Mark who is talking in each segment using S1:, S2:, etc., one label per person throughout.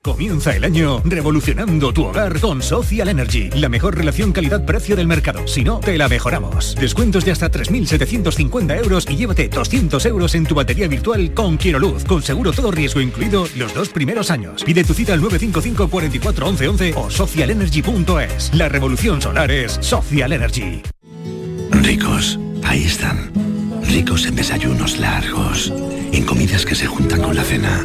S1: Comienza el año revolucionando tu hogar con Social Energy, la mejor relación calidad-precio del mercado. Si no, te la mejoramos. Descuentos de hasta 3.750 euros y llévate 200 euros en tu batería virtual con Quiroluz, con seguro todo riesgo incluido los dos primeros años. Pide tu cita al 955 44 11 11 o socialenergy.es. La revolución solar es Social Energy.
S2: Ricos, ahí están. Ricos en desayunos largos, en comidas que se juntan con la cena.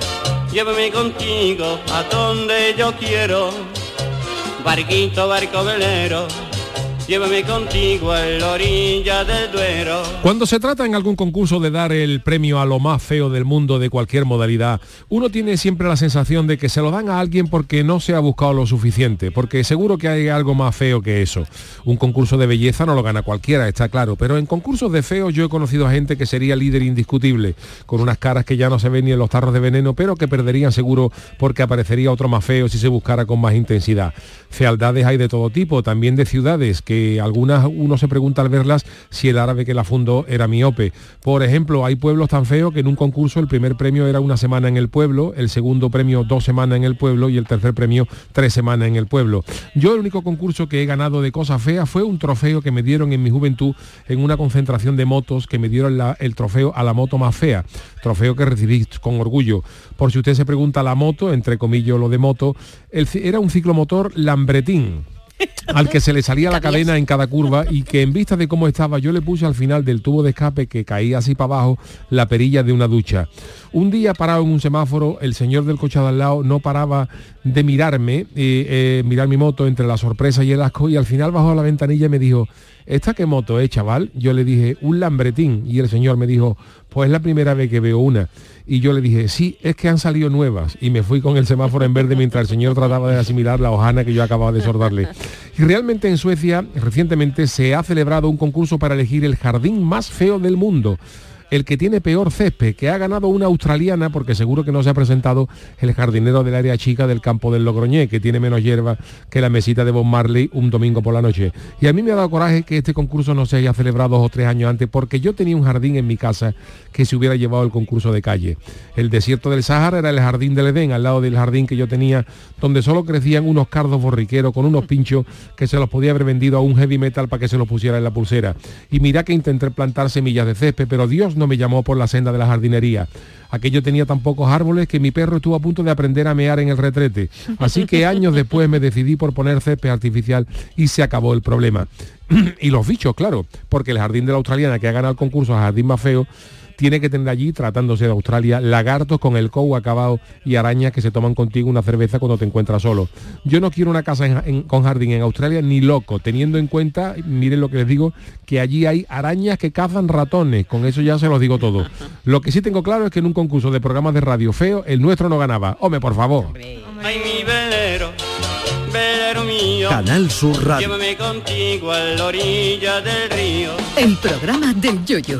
S3: llévame contigo a donde yo quiero. Barquito, barco velero, llévame contigo a la orilla del Duero.
S4: Cuando se trata en algún concurso de dar el premio a lo más feo del mundo de cualquier modalidad, uno tiene siempre la sensación de que se lo dan a alguien porque no se ha buscado lo suficiente, porque seguro que hay algo más feo que eso. Un concurso de belleza no lo gana cualquiera, está claro, pero en concursos de feo yo he conocido a gente que sería líder indiscutible, con unas caras que ya no se ven ni en los tarros de veneno, pero que perderían seguro porque aparecería otro más feo si se buscara con más intensidad. Fealdades hay de todo tipo, también de ciudades que algunas uno se pregunta al verlas si el árabe que la fundó era miope. Por ejemplo, hay pueblos tan feos que en un concurso el primer premio era una semana en el pueblo, el segundo premio dos semanas en el pueblo y el tercer premio tres semanas en el pueblo. Yo el único concurso que he ganado de cosas feas fue un trofeo que me dieron en mi juventud en una concentración de motos que me dieron la, el trofeo a la moto más fea, trofeo que recibí con orgullo. Por si usted se pregunta la moto, entre comillas lo de moto, el, era un ciclomotor Lambretín al que se le salía la cadena en cada curva y que en vista de cómo estaba yo le puse al final del tubo de escape que caía así para abajo la perilla de una ducha. Un día parado en un semáforo, el señor del coche de al lado no paraba de mirarme, eh, eh, mirar mi moto entre la sorpresa y el asco y al final bajó a la ventanilla y me dijo, ¿esta qué moto es, eh, chaval? Yo le dije, un lambretín y el señor me dijo, pues es la primera vez que veo una. Y yo le dije, sí, es que han salido nuevas. Y me fui con el semáforo en verde mientras el señor trataba de asimilar la hojana que yo acababa de sordarle. Y realmente en Suecia, recientemente, se ha celebrado un concurso para elegir el jardín más feo del mundo. el que tiene peor césped, que ha ganado una australiana, porque seguro que no se ha presentado el jardinero del área chica del campo del Logroñé, que tiene menos hierba que la mesita de Bob Marley un domingo por la noche. Y a mí me ha dado coraje que este concurso no se haya celebrado dos o tres años antes, porque yo tenía un jardín en mi casa que se hubiera llevado el concurso de calle. El desierto del Sahara era el jardín del Edén, al lado del jardín que yo tenía, donde solo crecían unos cardos borriqueros con unos pinchos que se los podía haber vendido a un heavy metal para que se los pusiera en la pulsera. Y mira que intenté plantar semillas de césped, pero Dios no me llamó por la senda de la jardinería. Aquello tenía tan pocos árboles que mi perro estuvo a punto de aprender a mear en el retrete. Así que años después me decidí por poner césped artificial y se acabó el problema. y los bichos, claro, porque el jardín de la australiana que ha ganado el concurso Jardín Más Feo tiene que tener allí, tratándose de Australia, lagartos con el cow acabado y arañas que se toman contigo una cerveza cuando te encuentras solo. Yo no quiero una casa en, en, con jardín en Australia ni loco, teniendo en cuenta, miren lo que les digo, que allí hay arañas que cazan ratones, con eso ya se los digo todo. Lo que sí tengo claro es que en un concurso de programas de radio feo, el nuestro no ganaba. Hombre, por favor.
S3: Ay, mi velero, velero mío.
S5: Canal Sur Radio.
S3: Llévame contigo a la orilla del río.
S6: El programa del yoyo.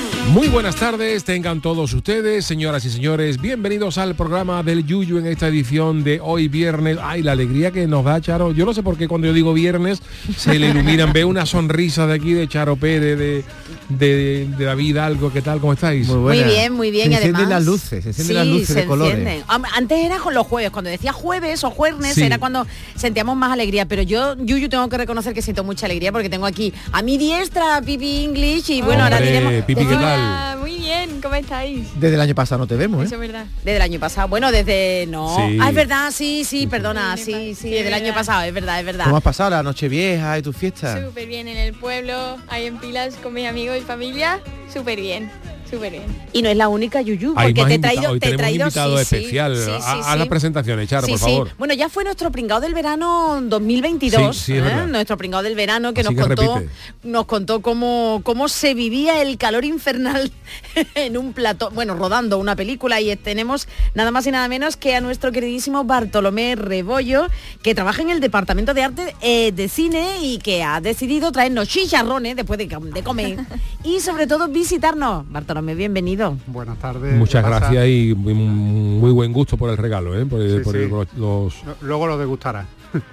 S4: Muy buenas tardes, tengan todos ustedes, señoras y señores, bienvenidos al programa del Yuyu en esta edición de hoy viernes. Ay, la alegría que nos da Charo. Yo no sé por qué cuando yo digo viernes se le iluminan, veo una sonrisa de aquí de Charo Pérez, de, de, de David Algo, ¿qué tal? ¿Cómo estáis?
S7: Muy, muy bien, muy bien.
S8: Se
S7: y además,
S8: encienden las luces, se encienden las luces de colores.
S7: encienden. Am- Antes era con los jueves, cuando decía jueves o jueves
S8: Sí.
S7: era cuando sentíamos más alegría, pero yo, Yuyu, tengo que reconocer que siento mucha alegría porque tengo aquí a mi diestra a Pipi English y bueno, ahora
S4: Hombre,
S7: diremos...
S4: Pipi, ¿qué tal?
S9: Hola, muy bien, ¿cómo estáis?
S8: Desde el año pasado no te vemos,
S9: Eso
S8: ¿eh?
S9: es verdad.
S7: Desde el año pasado, bueno, desde... No,
S8: Sí.
S7: Ah, es verdad, sí, sí, perdona, sí, sí, desde el año pasado, es verdad, es verdad.
S8: ¿Cómo has pasado la noche vieja y tu fiesta?
S9: Súper bien en el pueblo, ahí en pilas con mis amigos y familia. Súper bien, súper bien.
S7: Y no es la única Yuyu,
S4: Hay
S7: porque
S4: más
S7: te he
S4: invitados,
S7: traído,
S4: hoy
S7: te he
S4: tenemos un
S7: traído
S4: invitado
S7: sí, sí,
S4: especial
S7: sí, sí,
S4: a, a
S7: sí.
S4: las presentaciones, Charo,
S7: Sí,
S4: por
S7: sí.
S4: favor.
S7: Bueno, ya fue nuestro pringado del verano 2022,
S4: Sí, sí, es
S7: ¿eh?
S4: verdad.
S7: nuestro pringado del verano que
S4: Así
S7: nos
S4: que
S7: contó,
S4: repite.
S7: nos contó cómo cómo se vivía el calor infernal en un plató, bueno, rodando una película y tenemos nada más y nada menos que a nuestro queridísimo Bartolomé Rebollo, que trabaja en el departamento de arte eh, de cine y que ha decidido traernos chicharrones después de, com- de comer y sobre todo visitarnos. Bartolomé, bienvenido.
S10: Buenas tardes.
S4: Muchas
S10: ¿qué pasa?
S4: gracias y muy, muy buen gusto por el regalo, ¿eh? por, el-
S10: Sí,
S4: por el-
S10: sí.
S4: por los
S10: No, Luego lo degustará.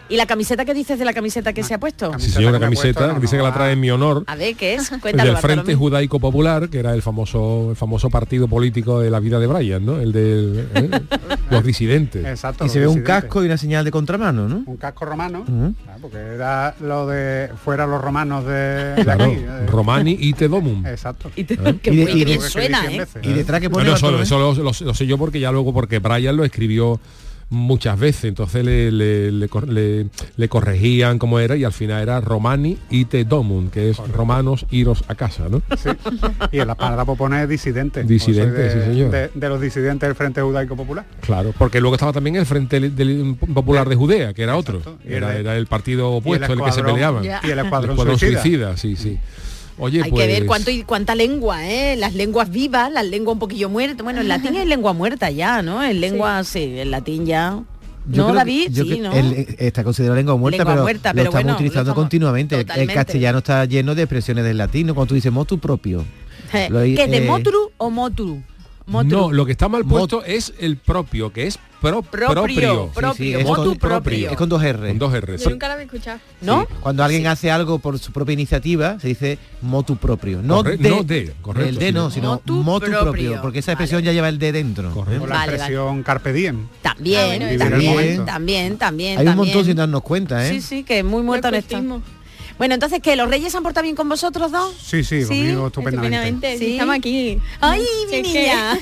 S7: ¿Y la camiseta qué dices de la camiseta que se ha puesto?
S4: Sí, señor, una
S10: que me he
S4: camiseta,
S10: puesto, no, ah.
S4: dice que la trae en mi honor.
S7: Ah. A ver, ¿qué es?
S4: El del
S7: Cuéntalo,
S4: Frente
S7: Bartolomé.
S4: Judaico Popular, que era el famoso, el famoso partido político de la vida de Brian, ¿no? El de los disidentes.
S10: Exacto.
S8: Y
S10: los
S8: se ve un
S10: disidentes.
S8: casco y una señal de
S4: Ah,
S8: contramano, ¿no?
S10: Un casco romano,
S8: Ujú.
S10: claro, porque era lo de fuera los romanos de, de
S4: Claro,
S10: aquí. eh,
S4: Romani y Domum.
S10: Exacto.
S7: Qué
S8: ¿Eh? Y de-
S7: bueno,
S8: y de-
S7: bien suena, ¿eh?
S8: Y detrás que ¿eh?
S4: No,
S8: pone
S4: no,
S8: Bartolomé.
S4: solo- eso lo, lo- lo sé yo porque ya luego, porque Brian lo escribió muchas veces, entonces le, le- le cor- le- le corregían cómo era y al final era Romani y Te Domum, que es romanos iros a casa, ¿no?
S10: Y en la parada por poner disidente.
S4: Disidente,
S10: Yo soy de,
S4: sí, señor.
S10: De, de los disidentes del Frente Judaico Popular.
S4: Claro, porque luego estaba también el Frente del- del Popular de Judea, que era otro,
S10: Y el
S4: era,
S10: de-
S4: era el partido opuesto, el, que se
S10: escuadrón-
S4: peleaban.
S7: Ya.
S10: Y el escuadrón,
S4: suicida.
S10: suicida.
S4: sí, sí. Oye,
S7: Hay
S4: pues...
S7: que ver cuánto y cuánta lengua, ¿eh? Las lenguas vivas, las lenguas un poquillo muertas. Bueno, el latín es lengua muerta ya, ¿no? El lengua, sí, el latín ya.
S8: Yo
S7: ¿No,
S8: creo que-
S7: David?
S8: yo
S7: sí,
S8: creo
S7: ¿no?
S8: que él, eh, está considerado lengua muerta,
S7: Lengua
S8: pero
S7: muerta,
S8: lo
S7: pero
S8: estamos
S7: bueno, lo
S8: continuando
S7: estamos-
S8: continuamente. El- El
S7: totalmente.
S8: castellano está lleno de expresiones del latín. Cuando tú dices motu propio.
S7: Eh,
S8: Lo-
S7: ¿Que es de
S8: eh,
S7: motru o motru? Motru.
S4: No, lo que está mal puesto es el propio, que es pro-
S7: Propio,
S4: propio.
S7: propio,
S8: Sí, es
S7: motu
S8: con,
S7: propio.
S8: es con dos R.
S4: Con dos R.
S9: Yo nunca la había escuchado.
S7: ¿No?
S8: Cuando alguien hace algo por su propia iniciativa, se dice motu propio. No,
S4: Corre-
S8: de,
S4: no de, correcto,
S8: El de
S4: sí.
S8: no, sino
S7: Motu
S8: motu,
S7: propio.
S8: propio, porque esa expresión ya lleva el de dentro.
S4: Correcto.
S10: O la
S7: Vale,
S10: expresión carpe diem.
S7: También,
S9: Ah, bueno,
S10: Vivir el
S7: también,
S10: momento.
S7: también, también.
S8: Hay un
S7: también.
S8: montón sin darnos cuenta, ¿eh?
S7: Sí, sí, que muy muerto
S9: Lo
S7: no está.
S9: esculpismo.
S7: Bueno, entonces, ¿que los reyes se han portado bien con vosotros dos?
S10: Sí, sí,
S7: Sí,
S10: conmigo estupendamente.
S9: Estupendamente, sí,
S7: Sí.
S9: estamos aquí.
S7: ¡Ay,
S9: Sí,
S7: mi
S9: es que-
S7: niña!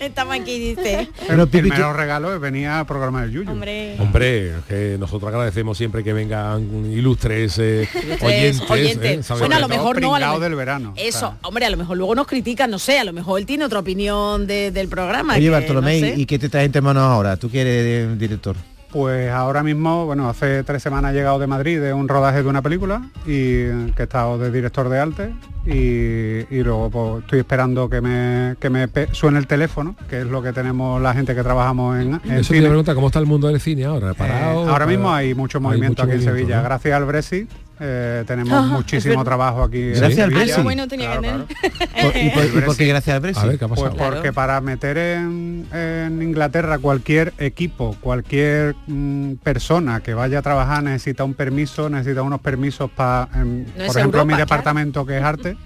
S7: Estamos aquí, dice.
S10: El,
S8: Pero, Pipi,
S10: el
S8: tú-
S10: mejor regalo venía a programar el Yuyu.
S9: Hombre,
S4: Hombre, que nosotros agradecemos siempre que vengan ilustres eh, oyentes.
S7: oyentes.
S4: ¿eh? Sabes
S7: Bueno, a
S4: que-
S7: lo mejor no, a lo
S10: Pringao
S7: mejor-
S10: del verano.
S7: Eso,
S10: claro.
S7: hombre, a lo mejor luego nos critican, no sé, a lo mejor él tiene otra opinión de- del programa. que
S8: Oye,
S7: no
S8: Bartolomé,
S7: sé.
S8: ¿y qué te traes entre manos ahora? ¿Tú quieres eres director?
S10: Pues ahora mismo, bueno, hace tres semanas he llegado de Madrid de un rodaje de una película y eh, que he estado de director de arte y, y luego pues, estoy esperando que me, que me pe- suene el teléfono, que es lo que tenemos la gente que trabajamos en, en
S4: Eso te
S10: cine.
S4: iba a preguntar, ¿cómo está el mundo del cine ahora?
S10: Eh,
S4: ¿Parado?
S10: ahora mismo
S4: Para-
S10: hay mucho movimiento
S4: mucho
S10: aquí en
S4: movimiento,
S10: Sevilla.
S4: ¿no?
S10: Gracias al Brexit Eh,
S7: Ah,
S10: tenemos muchísimo trabajo aquí. en
S4: Ah,
S8: Gracias al
S10: Sevilla.
S8: Brexit.
S10: Claro, claro.
S8: Por- y, por, y por qué gracias al Brexit?
S10: Pues porque para meter en, en Inglaterra cualquier equipo, cualquier mm, persona que vaya a trabajar necesita un permiso, necesita unos permisos para, por
S11: es
S10: ejemplo,
S11: Europa,
S10: mi
S11: claro.
S10: departamento que es arte.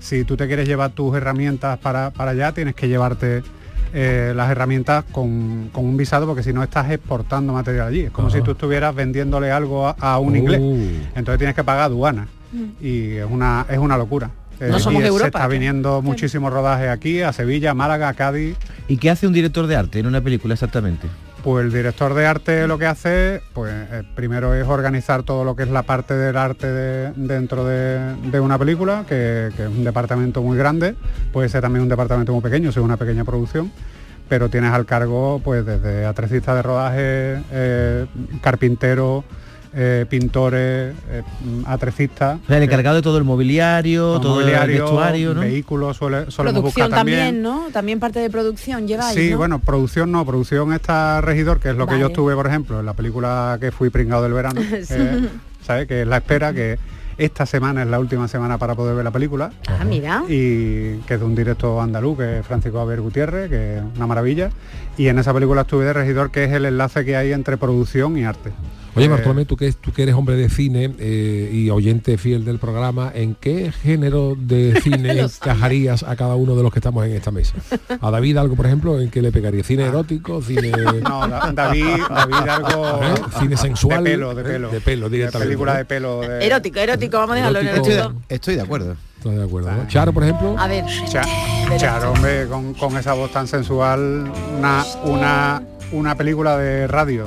S10: si tú te quieres llevar tus herramientas para, para allá, tienes que llevarte eh, las herramientas con, con un visado porque si no estás exportando material allí. Es como si tú estuvieras vendiéndole algo a, a un inglés. Entonces tienes que pagar aduana y es una es una locura.
S8: Mm.
S10: Eh,
S8: No somos
S10: y
S8: Europa,
S10: Se está
S8: claro.
S10: viniendo muchísimo rodaje aquí, a Sevilla, Málaga, Cádiz.
S8: ¿Y qué hace un director de arte en una película exactamente?
S10: Pues el director de arte lo que hace, pues eh, primero es organizar todo lo que es la parte del arte de- dentro de, de una película, que, que es un departamento muy grande, puede ser también un departamento muy pequeño, si es una pequeña producción, pero tienes al cargo pues desde atrecistas de rodaje, eh, carpinteros, eh, pintores, eh, atrecistas.
S8: O sea, el encargado de todo el mobiliario, todo el
S10: mobiliario,
S8: vestuario, ¿no?
S10: vehículos, suele, solemos buscar
S7: Producción
S10: también.
S7: también, ¿no? También parte de producción lleváis,
S10: Sí,
S7: ¿no?
S10: bueno, producción no, producción está regidor, que es lo que yo estuve, por ejemplo, en la película que fui pringado del verano,
S7: Sí.
S10: eh, ¿sabes? Que es la espera, que esta semana es la última semana para poder ver la película,
S7: Ah, mira.
S10: y que es de un directo andaluz, que es Francisco Javier Gutiérrez, que es una maravilla, y en esa película estuve de regidor, que es el enlace que hay entre producción y arte.
S4: Oye,
S10: Eh,
S4: Bartolomé, tú que, tú que eres hombre de cine eh, y oyente fiel del programa, ¿en qué género de cine
S10: Lo
S4: encajarías a cada uno de los que estamos en esta mesa? A David algo, por ejemplo, ¿en qué le pegaría? ¿Cine erótico? ¿Cine...?
S10: Ah. No, Da- David, David algo
S4: ¿Eh? ¿Cine sensual?
S10: de pelo, de
S4: ¿Eh?
S10: pelo,
S4: De pelo, directamente.
S10: película
S4: ¿no?
S10: de pelo. de-
S7: Erótico, erótico, vamos a dejarlo en
S4: Erótico.
S7: erótico.
S8: Estoy de acuerdo.
S4: Estoy de acuerdo.
S10: Ah.
S4: ¿no? Charo, por ejemplo.
S7: A ver.
S10: Cha- Charo, hombre, con, con esa voz tan sensual, una, una, una película de radio.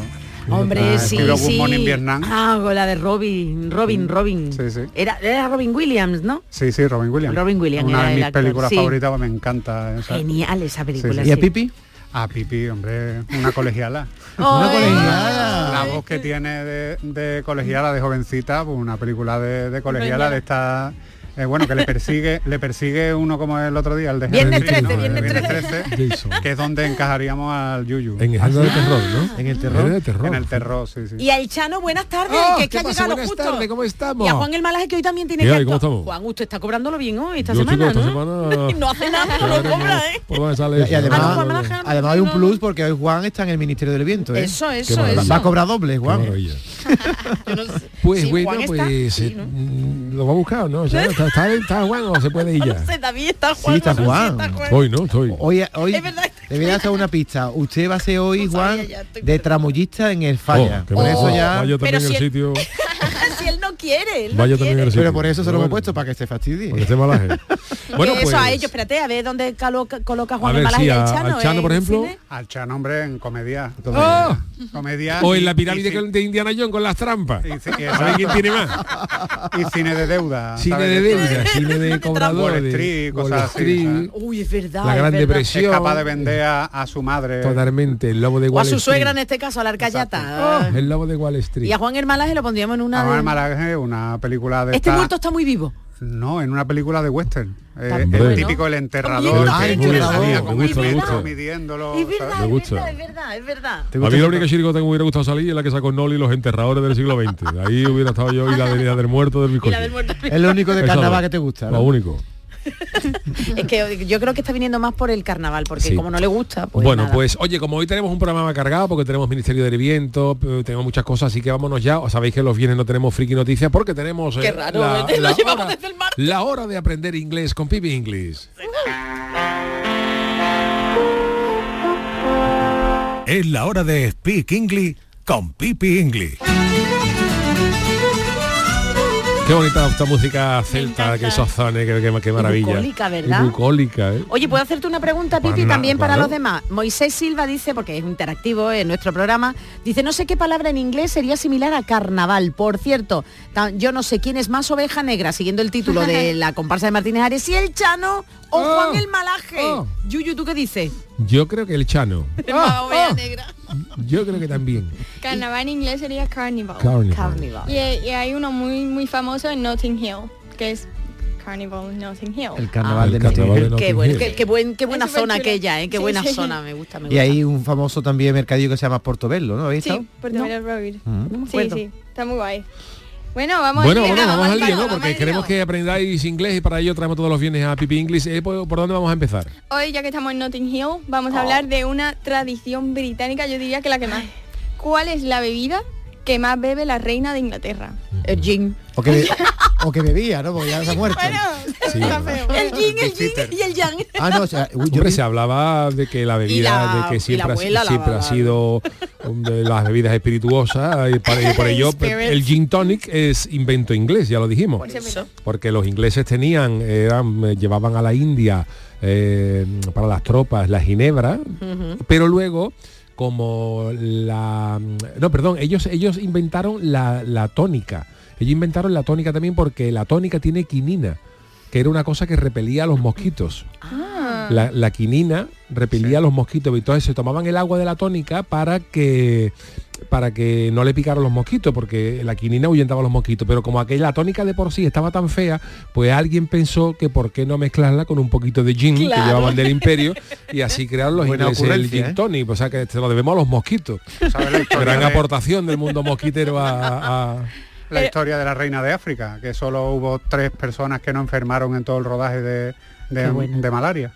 S7: Hombre,
S10: Ah,
S7: sí,
S10: estilo Good
S7: sí.
S10: Morning Vietnam. Mm.
S7: Ah, con la de Robin, Robin, Robin.
S10: Sí, sí.
S7: Era, era Robin Williams, ¿no?
S10: Sí, sí, Robin Williams.
S7: Robin Williams
S10: Una
S7: era
S10: de
S7: el
S10: mis
S7: actor,
S10: películas
S7: sí.
S10: favoritas, pues, me encanta esa.
S7: Genial esa
S10: Sí,
S7: película.
S10: sí.
S7: sí.
S10: A Pipi, hombre, una colegiala.
S7: Una
S10: colegiala. La voz que tiene de, de colegiala, de jovencita, pues, una película de, de colegiala de esta... eh, bueno, que le persigue, le persigue uno como el otro día, el de
S7: Viernes
S10: Henry,
S7: 13,
S10: ¿no? El
S7: viernes 13.
S10: 13, que es donde encajaríamos al Yuyu.
S4: En el género de terror, ¿no?
S10: En el
S4: terror. En el terror.
S10: En el terror, sí, sí.
S7: Y al Chano, buenas tardes,
S4: Oh,
S7: que es que
S4: ¿qué
S7: ha
S4: pasa?
S7: llegado
S4: Buenas
S7: justo.
S4: tardes, ¿cómo estamos?
S7: Y a Juan el Malaje que hoy también tiene
S4: ¿Qué hay?
S7: que
S4: ¿Cómo
S7: acto.
S4: estamos?
S7: Juan, usted está cobrándolo bien hoy esta
S4: Yo, chico,
S7: semana,
S4: esta
S7: ¿no?
S4: semana...
S7: No hace nada, no lo cobra, ¿eh?
S4: ¿Por dónde pues sale
S8: Y
S4: eso?
S8: además, además hay un plus porque hoy Juan está en el Ministerio del Viento. ¿eh?
S7: Eso, eso,
S8: Va-
S7: eso.
S8: Va a cobrar doble, Juan.
S4: Pues
S7: Sí,
S4: bueno,
S7: Juan está,
S4: pues eh, mm, lo va a buscar, ¿no? Ya, ¿Está, está, está Juan o se puede ir ya?
S7: Sí, David está
S8: Sí,
S7: Juan.
S8: está
S7: no sé si
S8: Juan.
S7: está Juan.
S4: Hoy no, estoy.
S8: Hoy, hoy le voy a hacer una pista. Usted va a ser hoy, Juan, de tramoyista en el falla.
S4: Oh, qué
S8: por
S4: bueno.
S8: eso ya.
S4: Vaya también
S7: Pero si
S4: el
S7: el-
S4: sitio.
S7: si él no quiere, él no
S4: Vaya
S7: quiere.
S4: también el sitio.
S8: Pero por eso se lo
S4: Bueno.
S8: hemos puesto, para que se fastidie.
S4: Porque este malaje. Bueno,
S7: Que
S4: pues.
S7: Eso a ellos, espérate, a ver dónde coloca, coloca Juan
S4: A
S7: el
S4: ver,
S7: Malaje
S4: sí,
S7: y al
S4: a-
S7: Chano.
S4: al Chano,
S7: ¿eh?
S4: por
S7: ¿En
S4: ejemplo.
S7: cine?
S10: Al Chan, hombre, en comedia.
S4: ¡Ah!
S10: Comedia.
S4: O en
S10: y-
S4: la pirámide
S10: y
S4: que- de Indiana Jones con las trampas. A ver
S10: exacto.
S4: quién tiene más.
S10: Y cine Ah, de deuda.
S4: Cine
S10: ¿sabes?
S4: de deuda, cine de cobrador,
S10: Wall
S4: de-
S10: Street,
S4: Wall
S10: cosas así.
S4: Street.
S10: ¿sabes?
S7: Uy, es verdad.
S4: La
S7: es
S4: Gran
S7: verdad.
S4: Depresión.
S10: Es capaz de vender a, a su madre.
S4: Totalmente, el lobo de
S7: O a
S4: Wall
S7: su
S4: Street.
S7: suegra en este caso, a la
S4: Ah,
S7: arcayata.
S4: el lobo de Wall Street.
S7: Y a Juan el Malaje lo pondríamos en una
S10: Vamos
S7: de...
S10: al Malaje, una película de
S7: Este
S10: esta-
S7: muerto está muy vivo.
S10: No, en una película de western. Eh,
S4: También,
S10: el
S4: ¿no?
S10: típico el enterrador.
S4: Hombre, ah,
S10: que-
S4: el
S10: que
S4: enterrador,
S10: salía
S4: me
S10: con
S4: gusta, me
S10: el pelo
S4: gusta.
S10: midiéndolo,
S7: Es
S10: ¿sabes?
S7: verdad,
S4: Me
S7: es
S4: gusta.
S7: verdad, es verdad, es verdad.
S4: A mí la única chirigota que me hubiera gustado salir es la que sacó Noli los enterradores del siglo XX. Ahí hubiera estado yo y la de- la del muerto del bizcocho.
S8: Es lo único de
S4: Eso,
S8: carnaval que te gusta.
S4: Lo
S8: ¿no?
S4: único.
S7: Es que yo creo que está viniendo más por el carnaval, porque
S4: Sí.
S7: como no le gusta, pues
S4: bueno,
S7: nada.
S4: pues oye, como hoy tenemos un programa cargado porque tenemos Ministerio del Viento, eh, tenemos muchas cosas, así que vámonos ya. O sabéis que los viernes no tenemos friki noticias porque tenemos eh,
S7: Qué raro,
S4: la,
S7: ¿eh? Lo
S4: la
S7: llevamos
S4: hora,
S7: desde el
S4: la hora de aprender inglés con Pipi English.
S12: Es la hora de Speak English con Pipi English.
S4: Qué bonita esta música celta, que sozane, qué, qué- qué maravilla.
S7: bucólica, ¿verdad?
S4: Y bucólica, ¿eh?
S7: Oye, ¿puedo hacerte una pregunta, Pipi,
S4: Para Pues nada,
S7: también para
S4: claro.
S7: los demás? Moisés Silva dice, porque es interactivo en nuestro programa, dice, no sé qué palabra en inglés sería similar a carnaval. Por cierto, ta- yo no sé quién es más oveja negra, siguiendo el título de la comparsa de Martínez Ares, si el Chano o
S9: Oh.
S7: Juan el Malaje. Yuyu, ¿tú qué dices?
S4: Yo creo que el Chano.
S9: Es más oveja negra.
S4: Yo creo que también.
S9: Carnaval en inglés sería carnival.
S4: Carnival.
S9: Y, y hay uno muy muy famoso en Notting Hill, que es Carnival Notting Hill.
S8: El carnaval de
S4: Ah, el carnaval de
S8: Notting Hill.
S7: Qué, bueno, qué, qué buen- qué buena
S9: súper
S7: zona
S9: chulo.
S7: aquella, ¿eh? qué
S9: Sí,
S7: buena
S9: sí.
S7: zona, me gusta, me
S8: Y
S7: gusta.
S8: hay un famoso también mercadillo que se llama Portobello, ¿no? ¿Habéis
S9: Sí,
S4: Ah,
S8: estado?
S9: por Road.
S8: Mm.
S9: Sí, sí, está muy guay. Bueno, vamos
S4: Bueno,
S9: al lío.
S4: bueno,
S9: Venga,
S4: vamos al lío,
S9: lío,
S4: ¿no?
S9: vamos
S4: Porque
S9: al
S4: queremos
S9: lío.
S4: que aprendáis inglés y para ello traemos todos los viernes a Pipi English. Eh, ¿Por por dónde vamos a empezar?
S9: Hoy, ya que estamos en Notting Hill, vamos a
S4: Oh.
S9: hablar de una tradición británica, yo diría que la que más. ¿Cuál es la bebida que más bebe la reina de Inglaterra?
S7: El gin.
S8: O que, be- o que bebía, ¿no? Porque ya se ha muerto.
S9: El gin, el gin y el yang.
S8: Ah, no, o sea, uy, yo
S4: Hombre, se hablaba de que la bebida,
S9: la-
S4: de que
S9: y
S4: siempre,
S9: la abuela,
S4: ha,
S9: la-
S4: siempre ha sido um, de las bebidas espirituosas y, para- y por ello
S9: Spirits.
S4: el gin tonic es invento inglés, ya lo dijimos. Porque los ingleses tenían, eran, eh, llevaban a la India eh, para las tropas la ginebra, pero luego como la no perdón ellos ellos inventaron la, la tónica ellos inventaron la tónica también porque la tónica tiene quinina que era una cosa que repelía a los mosquitos
S9: Ah.
S4: la, la quinina repelía a los mosquitos y entonces se tomaban el agua de la tónica para que para que no le picaran los mosquitos porque la quinina ahuyentaba a los mosquitos pero como aquella la tónica de por sí estaba tan fea pues alguien pensó que por qué no mezclarla con un poquito de gin
S11: Claro.
S4: que llevaban del imperio y así crearon los
S11: Buena
S4: ingleses el
S11: ocurrencia,
S4: gin
S11: ¿eh?
S4: tonic o sea que se lo debemos a los mosquitos gran aportación del mundo mosquitero a- a,
S10: la historia de la reina de África, que solo hubo tres personas que no enfermaron en todo el rodaje de, de-
S4: Qué bueno.
S10: de malaria.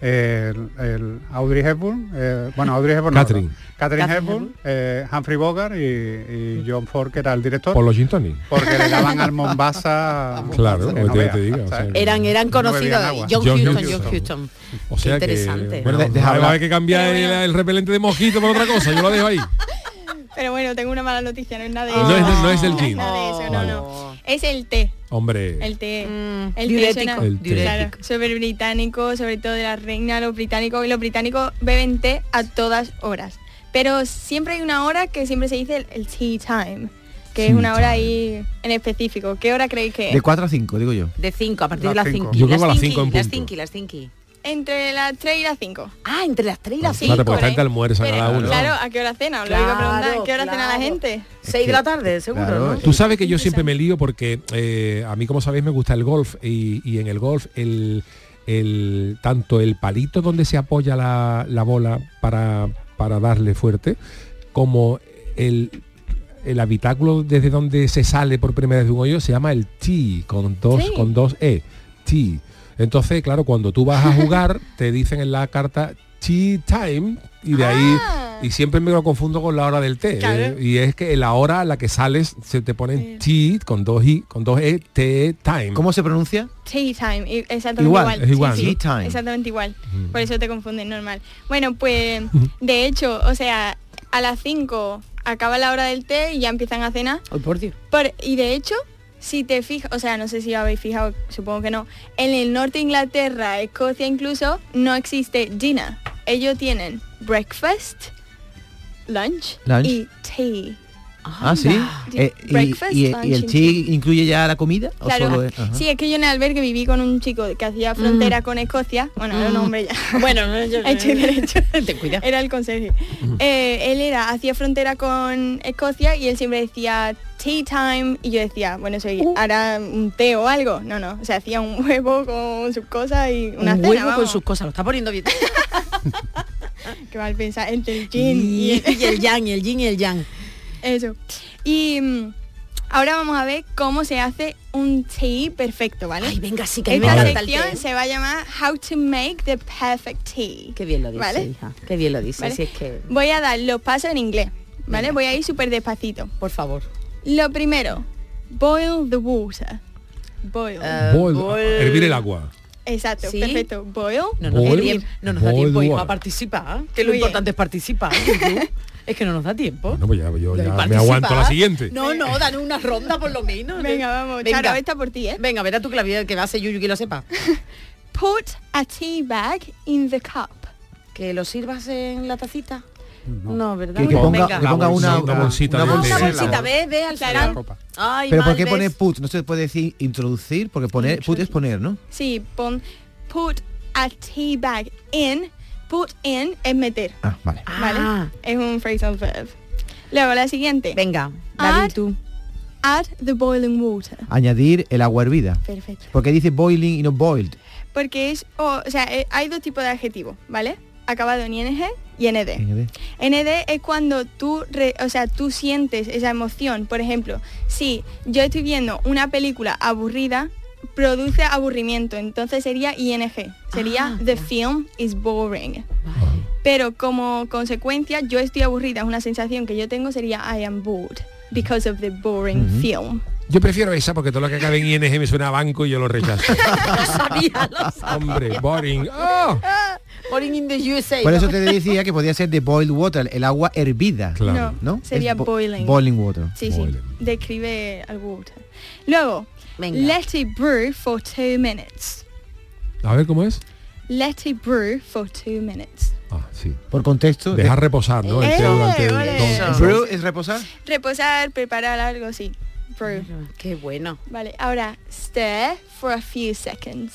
S10: El, el Audrey Hepburn, eh, bueno, Audrey Hepburn, no,
S4: Catherine.
S10: Catherine
S4: Catherine
S10: Hepburn, eh, Humphrey Bogart y, y John Ford, que era el director,
S4: por los gin tonic
S10: porque le daban al Mombasa.
S4: Claro,
S10: que
S4: como te-
S10: veas.
S4: te digo, o
S10: O
S4: sea,
S10: sea,
S7: Eran, eran conocidos.
S10: bebían agua.
S7: John,
S4: John
S7: Houston,
S4: Houston.
S7: John Houston.
S4: O sea
S7: Qué
S4: que,
S7: interesante.
S8: Bueno,
S4: bueno,
S8: de- deja
S4: va a haber
S8: hablar.
S4: que cambiar el, el repelente de mosquito por otra cosa, yo lo dejo ahí.
S9: Pero bueno, tengo una mala noticia, no es nada de eso.
S4: No es, no es
S7: Oh.
S4: el gin.
S9: nada de eso, no,
S4: Vale.
S9: no. Es el té.
S4: Hombre,
S9: El té. el
S7: diurético,
S9: suena-
S4: El té.
S9: Claro, súper británico, sobre todo de la reina, los británicos. Y los británicos beben té a todas horas. Pero siempre hay una hora que siempre se dice el, el tea time, que es
S8: Tea
S9: una hora ahí en específico. ¿Qué hora creéis que es?
S8: de 4 a 5, digo yo.
S7: De 5, a partir
S8: Las
S7: de las
S8: cinco.
S7: 5.
S8: Yo creo que a las cinco en
S7: Las
S8: punto.
S7: 5, las 5.
S9: Entre las 3 y las 5.
S7: Ah, entre las 3 y las 5.
S4: claro,
S8: pues,
S4: porque la gente almuerza
S9: Pero,
S4: cada uno.
S9: Claro, ¿a qué hora cena? Os lo digo a preguntar, ¿a qué hora cena
S7: claro.
S9: la gente?
S7: 6 de la tarde, seguro,
S8: pues,
S7: ¿no?
S4: Tú sabes que yo siempre me lío porque eh, a mí, como sabéis, me gusta el golf y, y en el golf el, el- tanto el palito donde se apoya la, la bola para, para darle fuerte, como el, el habitáculo desde donde se sale por primera vez de un hoyo se llama el tee, con dos,
S11: Sí.
S4: con dos E, tee. Entonces, claro, cuando tú vas a jugar, te dicen en la carta tea time y de ahí... Y siempre me lo confundo con la hora del té.
S11: Claro.
S4: eh, y es que la hora a la que sales se te ponen tea con dos i, con dos e, t time.
S8: ¿Cómo se pronuncia?
S9: Tea time, i- exactamente
S4: Igual,
S9: igual.
S4: es igual, ¿no? Tea time. Mm.
S9: Exactamente igual. Por eso te confunden, normal. Bueno, pues de hecho, o sea, a las 5 acaba la hora del té y ya empiezan a cenar.
S7: Ay, por Dios.
S9: Por- y de hecho, si te fijas, o sea, no sé si habéis fijado, supongo que no, en el norte de Inglaterra, Escocia incluso, no existe dinner. Ellos tienen breakfast, lunch,
S8: Lunch.
S9: y tea.
S8: Ah, sí. Eh, y-
S9: Breakfast,
S8: y, y
S9: lunch
S8: el
S9: and
S8: chi incluye ya la comida? ¿O
S9: Claro,
S8: solo es- ajá.
S9: sí, es que yo en el albergue viví con un chico que hacía frontera con Escocia. Bueno, era un hombre ya.
S7: Mm. Bueno, no, yo-
S9: Hecho y derecho.
S7: Ten cuidado.
S9: Era el conserje. Eh, él era, hacía frontera con Escocia y él siempre decía tea time y yo decía, bueno, soy
S7: Uh.
S9: hará un té o algo. No, no, o sea, hacía un huevo con sus cosas y una
S7: un
S9: cena,
S7: huevo con
S9: vamos.
S7: sus cosas, lo está poniendo bien.
S9: Qué mal pensar, entre el
S7: Y,
S9: gin y el...
S7: y el yang, y el yin y el yang.
S9: Eso. Y mm, ahora vamos a ver cómo se hace un tea perfecto, ¿vale? Ay,
S7: venga, sí
S13: que a mí me
S9: Esta
S13: encanta el
S9: sección se va a llamar How to make the perfect tea.
S7: Qué bien lo dice,
S9: ¿Vale?
S7: hija. Qué bien lo dice.
S9: Vale.
S7: Si es que...
S9: Voy a dar los pasos en inglés, ¿vale? Voy a ir súper despacito.
S7: Por favor.
S9: Lo primero, boil the water. Boil.
S8: Eh,
S4: Boil- hervir el agua.
S9: Exacto,
S7: Ah, ¿Sí?
S9: perfecto. Boil.
S7: No nos da
S4: Boil-
S7: tiempo, no nos da
S4: boil
S7: tiempo, hija,
S4: water.
S7: a participar. ¿eh? Que lo
S9: Fluye.
S7: importante es participar. Yuyu. es que no nos da tiempo.
S4: No, pues ya, yo ya me
S7: Participar.
S4: aguanto a la siguiente.
S7: No, no, dan una ronda por lo menos.
S9: Eh. Venga, vamos, Charo, esta por ti, ¿eh?
S7: Venga, verás tú que la vida que va a hacer Yuyu que lo sepa.
S9: Put a tea bag in the cup.
S7: Que lo sirvas en la tacita. No, ¿verdad?
S8: Que- que ponga-
S7: Venga.
S8: que ponga una,
S4: una bolsita
S8: una
S4: de
S8: bolsita.
S7: Una bolsita, ve, ve al final. Ay,
S8: Pero ¿por
S7: mal,
S8: qué
S7: ves.
S8: pone put? No se puede decir introducir, porque poner put es poner, ¿no?
S9: Sí, pon put a tea bag in. Put in es meter.
S8: Ah, vale.
S9: ¿Vale? Es un phrasal verb. Luego la siguiente.
S7: Venga,
S9: add, add the boiling water.
S7: Ah.
S8: Añadir el agua hervida.
S9: Perfecto.
S8: Porque dice boiling y no boiled.
S9: Porque es, o, o sea, eh, hay dos tipos de adjetivos, ¿vale? acabado en E ING y ND. ND es cuando tú, re- o sea, tú sientes esa emoción. Por ejemplo, si yo estoy viendo una película aburrida, produce aburrimiento, entonces sería ING. Sería The film is boring. Pero como consecuencia, yo estoy aburrida, es una sensación que yo tengo sería I am bored because of the boring
S4: Ujú.
S9: film.
S4: Yo prefiero esa porque todo lo que acabe en ING me suena a banco y yo lo rechazo.
S7: sabía, lo sabía.
S4: Hombre, boring.
S7: Ah, Boring in the USA.
S8: Por eso te decía que podía ser de boiled water, el agua hervida.
S9: Claro. No,
S8: ¿no?
S9: sería
S8: Es bo-
S9: boiling.
S8: Boiling water.
S9: Sí, sí, describe al water. Luego, let it brew for two minutes.
S4: A ver cómo es.
S9: Let it brew for two minutes.
S8: Por contexto.
S4: Dejar reposar, ¿no? El té
S9: Eh,
S4: durante el-
S9: vale.
S4: dos-
S8: Brew es reposar.
S9: Reposar, preparar algo, sí. Brew.
S7: Qué bueno.
S9: Vale, ahora stir for a few seconds.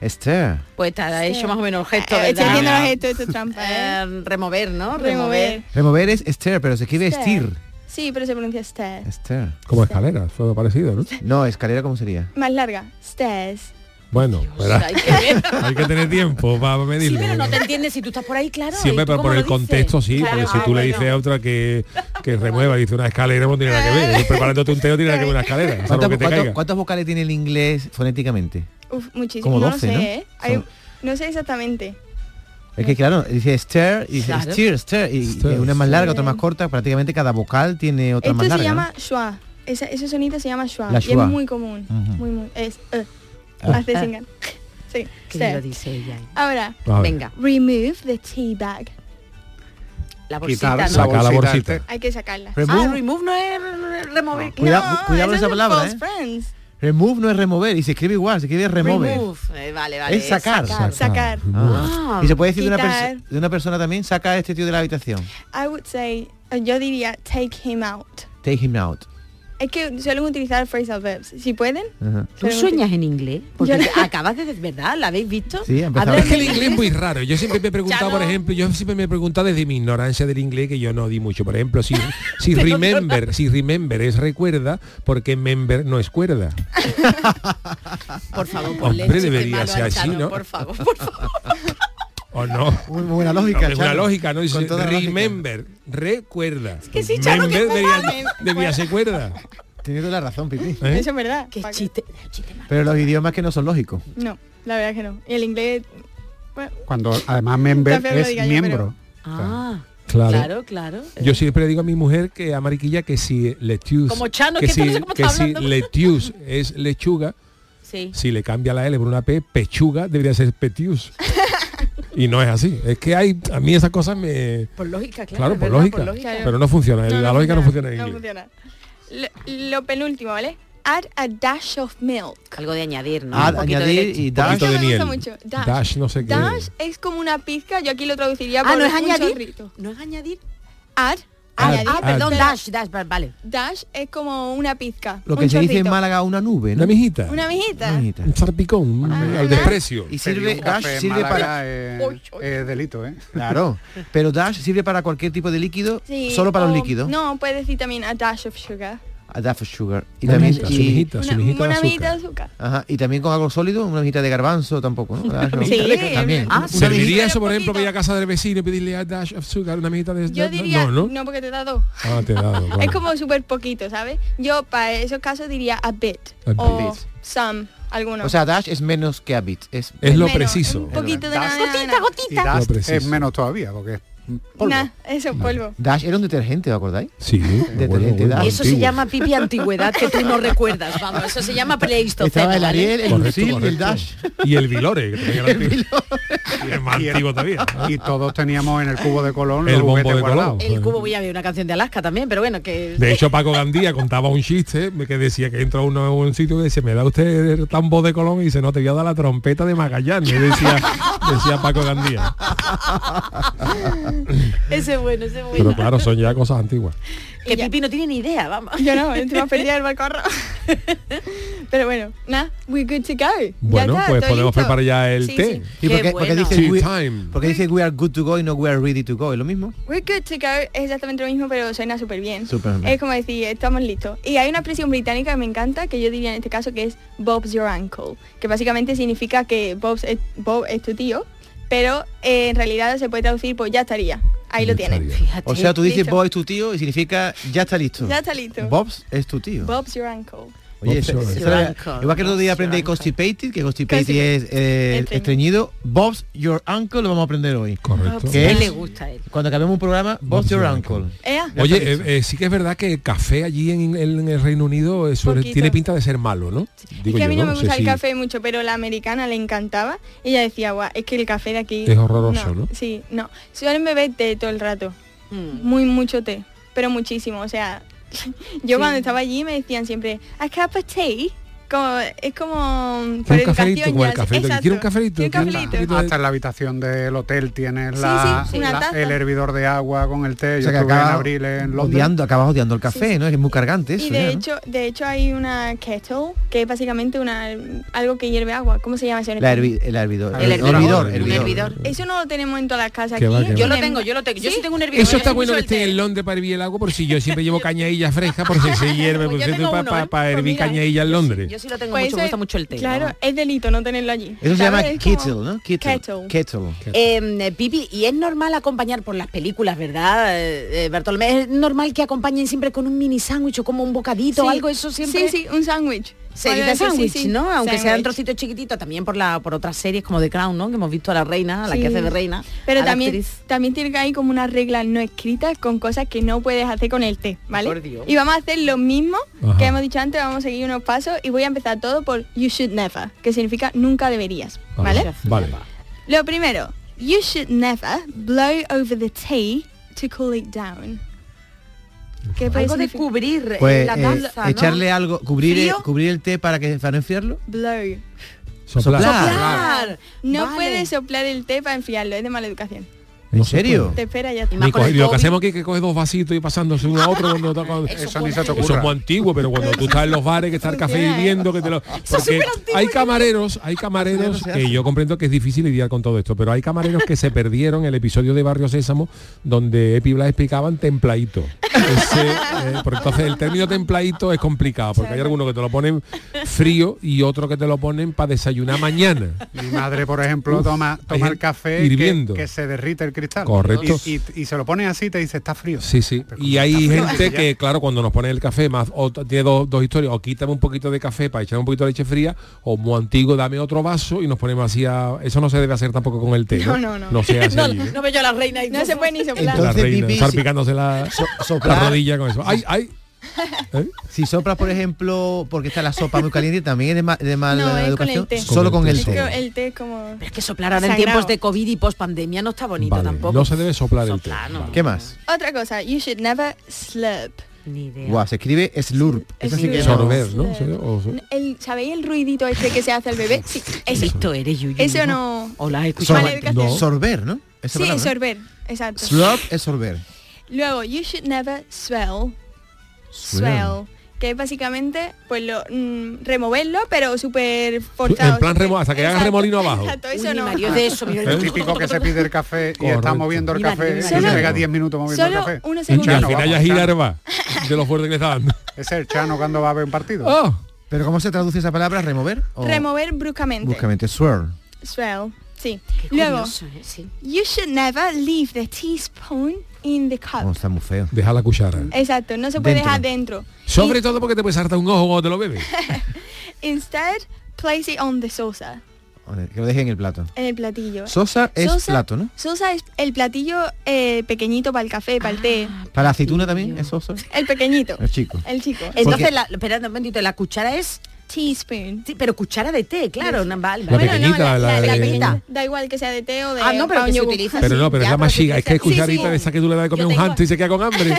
S8: Esther.
S7: Pues te ha hecho más o menos el gesto,
S9: Eh,
S7: ¿verdad?
S9: estoy haciendo los gestos, esto es trampa, ¿eh?
S7: Eh, remover, ¿no?
S9: Remover.
S7: Remover.
S8: Remover es stir, pero se escribe
S9: Stir.
S8: stir.
S9: Sí, pero se pronuncia stir.
S8: Stir.
S4: Como escalera, fue parecido, ¿no?
S8: No, escalera cómo sería.
S9: Más larga, stairs.
S4: Bueno, verás.
S7: Pues hay que ver.
S4: hay que tener tiempo para medirlo.
S7: Sí, pero no te entiendes si tú estás por ahí, claro.
S4: Siempre
S7: ¿y tú
S4: pero
S7: cómo
S4: por
S7: lo
S4: el
S7: dices?
S4: contexto sí,
S7: Claro,
S4: porque si
S7: ah,
S4: tú le
S7: bueno.
S4: dices a otra que, que remueva, dice una escalera, no tiene nada que ver. Y preparándote un té no tiene nada que ver una escalera. salvo
S8: ¿Cuántas-
S4: que te
S8: cuánto-
S4: caiga.
S8: ¿Cuántas vocales tiene el inglés fonéticamente?
S9: Uf, muchísimo.
S8: Como
S9: no
S8: 12,
S9: sé,
S8: ¿no?
S9: ¿eh? Hay- no sé exactamente.
S8: Es que claro, dice stir, y dice
S9: Claro.
S8: stir, stir, y y una es más larga, otra más corta, prácticamente cada vocal tiene otra
S9: Esto
S8: más
S9: se
S8: larga. ¿no?
S9: llama schwa. Esa- ese sonido se llama schwa.
S8: La
S9: Y
S8: schwa.
S9: es muy común.
S8: Ujú.
S9: Muy, muy. Es. eh.
S8: Ah.
S9: Hace sin gan- Sí. stare. Ahora.
S4: A ver. Venga.
S9: Remove the tea bag.
S7: La
S4: Quitar la Saca la bolsita del bolsita. té.
S9: Hay que sacarla.
S8: Remove. Ah,
S7: remove no es remover.
S8: Cuidado, cuidado con
S9: eso
S8: esa
S9: es de
S8: palabra,
S9: false
S8: ¿eh?
S9: friends.
S8: Remove no es remover, y se escribe igual, se escribe remove.
S7: Remove. Eh, vale, vale.
S8: es sacar.
S7: Sacar.
S9: Sacar.
S8: Ah.
S9: Ah.
S8: y se puede decir de una, perso-
S9: Quitar.
S8: de una persona también, saca a este tío de la habitación.
S9: I would say, uh, yo diría take him out.
S8: Take him out.
S9: Es que suelen utilizar phrasal verbs. Si pueden.
S8: Ajá.
S7: ¿Tú sueñas en inglés? Porque
S9: Yo-
S7: acabas de... ¿Verdad? ¿La habéis visto?
S8: Sí, ha empezado.
S7: Hablas
S4: Es que el
S7: de
S4: inglés es muy raro. Yo siempre me he preguntado, por ejemplo, yo siempre me he preguntado desde mi ignorancia del inglés, que yo no di mucho. Por ejemplo, si, si
S7: Pero
S4: remember, si remember es recuerda, porque member no es cuerda.
S7: Por favor, por
S4: Hombre, debería ser así, ¿no?
S7: Por favor, por favor.
S4: ¿O no?
S8: Muy buena lógica,
S4: Es una
S8: Chano.
S4: lógica, ¿no? Dice,
S8: Con toda lógica.
S4: remember, recuerda.
S7: que sí, Chano, que
S4: Member
S7: me
S4: debería,
S7: vale.
S4: debería ser cuerda.
S8: Tienes toda la razón, Pipi.
S4: ¿Eh?
S9: Eso es verdad.
S7: Qué
S9: Pa' que-
S7: chiste.
S8: Pero los idiomas que no son lógicos.
S9: No, la verdad que no. Y el inglés... bueno,
S10: Cuando además member
S9: Está feo que lo
S10: es
S9: diga yo,
S10: miembro.
S7: Ah,
S4: Claro.
S7: claro, claro.
S4: Yo siempre digo a mi mujer que a Mariquilla que si lettuce,
S7: Como Chano,
S4: que
S7: que
S4: si,
S7: no sé cómo
S4: que
S7: está
S4: si
S7: hablando.
S4: lettuce es lechuga,
S7: Sí.
S4: si le cambia la L por una P, pechuga debería ser petius. y no es así. Es que hay, a mí esas cosas me...
S7: Por lógica, claro.
S4: Claro,
S7: es
S4: por
S7: verdad,
S4: lógica, Pero no funciona, la lógica no funciona en
S9: No
S4: inglés.
S9: funciona. Lo, lo penúltimo, ¿vale? Add a dash of milk.
S7: Algo de añadir, ¿no?
S8: Add,
S7: Un poquito de
S8: añadir
S7: leche. Ah,
S8: y
S4: Un poquito
S8: dash.
S4: de
S9: me gusta
S4: miel.
S9: mucho. Dash.
S4: Dash, no sé qué.
S9: Dash es como una pizca, yo aquí lo traduciría
S7: Ah,
S9: por
S7: ¿no es
S9: un
S7: añadir?
S9: chorrito.
S7: ¿No es añadir?
S9: Add,
S4: Add,
S9: añadir.
S7: Ah, perdón,
S9: pero
S7: dash, dash, va- vale.
S9: Dash es como una pizca.
S8: Lo
S9: un
S8: que se dice en
S9: chorrito.
S8: Málaga una nube, ¿no?
S4: Una mijita.
S9: Una Ah, mijita.
S8: Mijita.
S4: Un zarpicón, un- al desprecio.
S8: Y
S10: Pedir
S8: sirve,
S10: un
S8: dash
S10: café en
S8: sirve
S10: Málaga
S8: para...
S10: es- es delito, ¿eh?
S8: Claro, pero dash sirve para cualquier tipo de líquido,
S9: Sí,
S8: solo para
S9: o-
S8: los líquidos.
S9: No, puedes decir también a dash of sugar.
S8: A dash of sugar. Y
S4: Una
S8: también,
S4: mijita,
S8: y-
S4: su mijita, su
S9: una
S4: mijita de
S9: una
S4: azúcar. Ah,
S9: mijita de azúcar.
S8: Ajá, y también con algo sólido, una hojita de garbanzo tampoco, ¿no? Dash of-
S9: Sí,
S8: también.
S9: ah,
S8: Una
S4: ¿Serviría
S8: hojita-
S4: eso, por ejemplo, para ir a casa del vecino y pedirle a Dash of Sugar una mitad de...
S9: Yo
S4: no,
S9: diría,
S4: no,
S9: no,
S4: ¿no?
S9: porque te da dos.
S4: Ah, te he dado, claro.
S9: Es como súper poquito, ¿sabes? Yo para esos casos diría a bit
S4: A
S9: o
S4: bit.
S9: some, alguno.
S8: O sea, dash es menos que a bit. Es,
S4: Es lo
S9: Menos,
S4: preciso.
S9: Un poquito de
S10: Das-
S9: nada, nada,
S7: Gotita,
S10: Y
S9: nada.
S7: gotita.
S10: das
S4: Lo preciso.
S10: es menos todavía, porque es polvo.
S9: Nah, eso polvo.
S8: Dash era un detergente, ¿os acordáis?
S4: Sí, me acuerdo,
S8: Detergente,
S4: bueno,
S8: dash.
S7: Eso se
S4: antiguo.
S7: llama pipi antigüedad que tú no recuerdas, vamos, eso se llama pleistoceno.
S8: Estaba el
S7: ¿vale?
S8: Ariel, el
S4: Correcto,
S8: Lucille y el
S4: correcto.
S8: Dash.
S4: Y el Vilore, que también era antiguo. Y es más
S10: Y el-
S4: antiguo todavía.
S10: Y todos teníamos en el cubo de Colón
S4: El
S10: los
S4: bombo
S10: juguetes
S4: de Colón.
S10: guardados.
S7: El cubo voy a ver una canción de Alaska también, pero bueno, que
S4: De hecho, Paco Gandía contaba un chiste me- que decía que entra uno en un sitio y decía, me da usted el tambo de Colón y dice, no, te voy a dar la trompeta de Magallanes, decía, decía Paco Gandía.
S7: ese es bueno, ese es bueno.
S4: Pero claro, son ya cosas antiguas.
S7: Que Pipi no tiene ni idea, vamos.
S9: Yo no, encima perdida el balcorro. Pero bueno, nada, we're good to go. Ya
S4: Bueno,
S9: está,
S4: pues
S9: todo
S4: podemos
S9: listo.
S4: preparar ya el
S9: Sí,
S4: té.
S9: sí.
S8: Y
S7: Qué
S8: porque, porque
S7: bueno.
S8: dice,
S4: Tea
S8: we,
S4: time.
S8: porque dice we are good to go y no we are ready to go, es lo mismo.
S9: We're good to go es exactamente lo mismo, pero suena súper bien.
S8: Súper bien.
S9: Es como decir, estamos listos. Y hay una expresión británica que me encanta, que yo diría en este caso, que es Bob's your uncle, que básicamente significa que Bob's es- Bob es tu tío, pero eh, en realidad se puede traducir por ya estaría. Ahí lo tienen.
S8: O sea, tú dices
S9: Listo.
S8: Bob es tu tío y significa ya está listo.
S9: Ya está listo.
S8: Bob's es tu tío.
S9: Bob's your uncle.
S8: Oye,
S11: Bob's
S8: esa-
S11: your
S8: esa
S11: uncle.
S8: era- igual que el otro día aprendí constipated, que constipated es eh, estreñido. Bob's your uncle lo vamos a aprender hoy.
S4: Correcto.
S8: Que
S4: Él
S8: es-
S4: le
S7: gusta a él.
S8: Cuando acabemos un programa, Bob's your uncle.
S9: Ea.
S4: Oye, eh, eh, sí que es verdad que el café allí en, en el Reino Unido eh, suele-
S9: Poquito.
S4: tiene pinta de ser malo, ¿no? Digo
S9: que a
S4: yo,
S9: mí no, me
S4: sé
S9: gusta
S4: si-
S9: el café mucho, pero la americana le encantaba. Y ella decía, guau, es que el café de aquí...
S4: Es horroroso, ¿no?
S9: Sí, no. Suelen beber té todo el rato.
S7: Mm.
S9: Muy, mucho té. Pero muchísimo, o sea... Yo cuando estaba allí me decían siempre, a cup of tea. Como, es como... por
S10: un cafelito,
S9: educación
S10: como el
S9: ya-
S10: cafelito, que
S9: Exacto.
S10: quiero un cafelito,
S9: Quiero un
S10: quiero un
S9: cafelito.
S10: Hasta en la habitación del hotel tienes
S9: Sí,
S10: la,
S9: sí, sí, una
S10: la-
S9: taza.
S10: el hervidor de agua con el té.
S8: O
S10: Yo
S8: sea que
S10: estuve en
S8: acaba
S10: abril en Londres.
S8: Odiando, acabas odiando el café, ¿no? Es que es muy cargante eso.
S9: Y de
S8: ya, ¿no?
S9: hecho, de hecho hay una kettle, que es básicamente una algo que hierve agua. ¿cómo se llama eso? en
S8: La
S9: español?
S8: hervi- el hervidor.
S9: El hervidor.
S8: hervidor,
S9: Un
S8: hervidor.
S9: Eso no lo tenemos en todas las casas
S4: Que
S9: aquí.
S4: va, que
S7: Yo
S4: va.
S7: lo tengo, yo lo tengo. Yo sí tengo un hervidor.
S4: Eso está
S7: yo
S4: bueno que
S7: soy
S4: esté en Londres para hervir el agua, por si yo siempre llevo cañadilla fresca, por si se hierve, por
S9: yo
S4: si
S9: tengo
S4: para
S9: uno, ¿eh?
S4: hervir cañadilla en Londres.
S7: Yo sí lo tengo mucho, me gusta mucho el té,
S9: Pues Claro,
S7: ¿no?
S9: es delito no tenerlo allí.
S8: Eso se
S9: Claro,
S8: llama
S9: es como-
S8: kettle, ¿no? Kettle.
S9: Kettle.
S7: Eh, Pipi, y es normal acompañar por las películas, ¿verdad, eh, eh, Bartolomé? Es normal que acompañen siempre con un mini sándwich o como un bocadito o
S9: Sí.
S7: algo, eso siempre.
S9: Sí, sí, un sándwich.
S7: Se
S9: Bueno,
S7: dice
S9: eso sí,
S7: sándwich,
S9: sí,
S7: ¿no? Aunque sea un
S9: sándwich.
S7: trocito chiquitito, también por la por otras series como The Crown, ¿no? Que hemos visto a la reina, a la
S9: Sí.
S7: que hace de reina. a
S9: Pero
S7: la
S9: también,
S7: actriz.
S9: también tiene que haber como unas reglas no escritas con cosas que no puedes hacer con el té, ¿vale?
S7: Por Dios.
S9: Y vamos a hacer lo mismo
S7: Ajá.
S9: que hemos dicho antes, vamos a seguir unos pasos y voy a empezar todo por you should never, que significa nunca deberías, ¿vale?
S4: Vale.
S9: Lo primero, you should never blow over the tea to cool it down. ¿Qué puede
S7: Algo de
S9: significar?
S7: cubrir
S8: Pues
S9: la
S8: eh,
S9: taza, ¿no?
S8: echarle algo, cubrir el,
S9: ¿Frío?
S8: cubrir el té para que para no enfriarlo.
S9: Blow. Ah,
S8: Soplar.
S9: No
S7: Vale.
S9: puedes soplar el té para enfriarlo, es de mala educación.
S8: ¿En serio?
S9: Te espera ya. está.
S4: Ni coge- lo que hacemos aquí es que coge dos vasitos y pasándose uno a otro cuando, cuando-
S10: Eso ni se te
S4: Eso
S10: ocurra.
S4: es muy antiguo, pero cuando tú estás en los bares que está el café hirviendo, que te lo. Porque hay camareros, hay camareros que yo comprendo que es difícil lidiar con todo esto, pero hay camareros que se perdieron el episodio de Barrio Sésamo donde Epi Blas explicaban templadito. Ese, eh, porque entonces el término templadito es complicado, porque hay algunos que te lo ponen frío y otro que te lo ponen para desayunar mañana.
S10: Mi madre, por ejemplo,
S4: Uf,
S10: toma, toma
S4: es
S10: el café
S4: hirviendo.
S10: Que, que se derrite el cristal.
S4: Correcto.
S10: Y, y- y se lo pone así y te dice, está frío.
S4: Sí, sí. Y hay gente que, claro, cuando nos ponen el café, más o t- tiene dos, dos historias, o quítame un poquito de café para echar un poquito de leche fría, o muy antiguo, dame otro vaso y nos ponemos así a... Eso no se debe hacer tampoco con el té. No,
S9: No, no, no.
S4: se hace allí, ¿eh?
S7: No veo yo a la reina y
S9: No se puede ni soplar.
S4: la reina, salpicándose la,
S8: soplar.
S4: la rodilla con eso. Ay, ay. ¿Eh?
S8: Si soplas, por ejemplo, porque está la sopa muy caliente, también es de, ma- de mala
S9: No, es con el
S8: educación.
S9: té.
S8: Solo con el
S9: Es que
S8: té.
S9: el té es como...
S7: Es que soplar ahora en
S9: Sagrado.
S7: tiempos de COVID y post pandemia no está bonito tampoco.
S4: No se debe soplar el té.
S8: ¿Qué más?
S9: Otra cosa, you should never slurp.
S8: Guau, se escribe slurp. Eso sí que no.
S4: Sorber, ¿no? Sí, o-
S9: El, ¿Sabéis el ruidito este que se hace al bebé? Sí, eso.
S7: Esto eres Yuyu.
S9: Eso no...
S7: Hola,
S8: Sor-
S9: Mala educación.
S8: no. Sorber, ¿no? Esa
S9: Sí,
S8: palabra, ¿no?
S9: sorber. Exacto.
S8: ¿eh? Slurp es sorber.
S9: Luego, you should never swell. Swell. Que es básicamente, pues, lo, mm, removerlo, pero súper forzado.
S4: en plan remo, hasta que haga
S9: Exacto,
S4: remolino abajo.
S9: Exacto, eso
S7: Uy, mi
S9: no.
S7: marido es de eso, mira,
S10: El típico que se pide el café y está
S4: Correcto.
S10: moviendo el
S4: Mira,
S10: café y
S4: mira,
S10: se
S4: mira.
S10: pega 10 minutos moviendo
S9: Solo
S10: el café.
S9: unos
S4: Y que al
S10: Chano,
S4: final
S10: vamos,
S4: ya
S10: Chano.
S4: girarba de lo fuerte que le está dando. Oh,
S10: Ese es el Chano cuando va a ver un partido.
S8: Pero ¿cómo se traduce esa palabra? ¿Remover? o-
S9: Remover bruscamente.
S8: Bruscamente, swear.
S9: Swell. Sí. Luego, you should never leave the teaspoon in the cup.
S8: Oh, está muy feo.
S4: Deja la cuchara.
S9: Exacto, no se puede
S4: Dentro.
S9: dejar dentro.
S4: Sobre todo porque te puedes hartar un ojo cuando te lo bebes.
S9: Instead, place it on the saucer,
S8: Que lo deje en el plato.
S9: en el platillo.
S8: Sosa es
S9: Saucer-
S8: plato, ¿no?
S9: Saucer es el platillo eh, pequeñito para el café, para el té.
S7: Ah,
S8: Para la aceituna también es sosa.
S9: El pequeñito.
S8: El chico.
S9: El chico.
S7: Entonces,
S8: Porque-
S7: la, espera un momentito, la cuchara es
S9: teaspoon.
S7: Sí, pero cuchara de té, claro, una vale,
S4: La
S7: vale.
S4: pequeñita, la- la- la-
S9: Da, da igual que sea de té o de
S7: Ah, no, pero
S9: pa'
S7: que
S9: un
S7: se
S9: yogur.
S7: utiliza
S4: Pero no, pero es la más chica, es que es
S9: Sí, sí.
S4: cucharita de esa que tú le das de comer un hanto y se queda con hambre.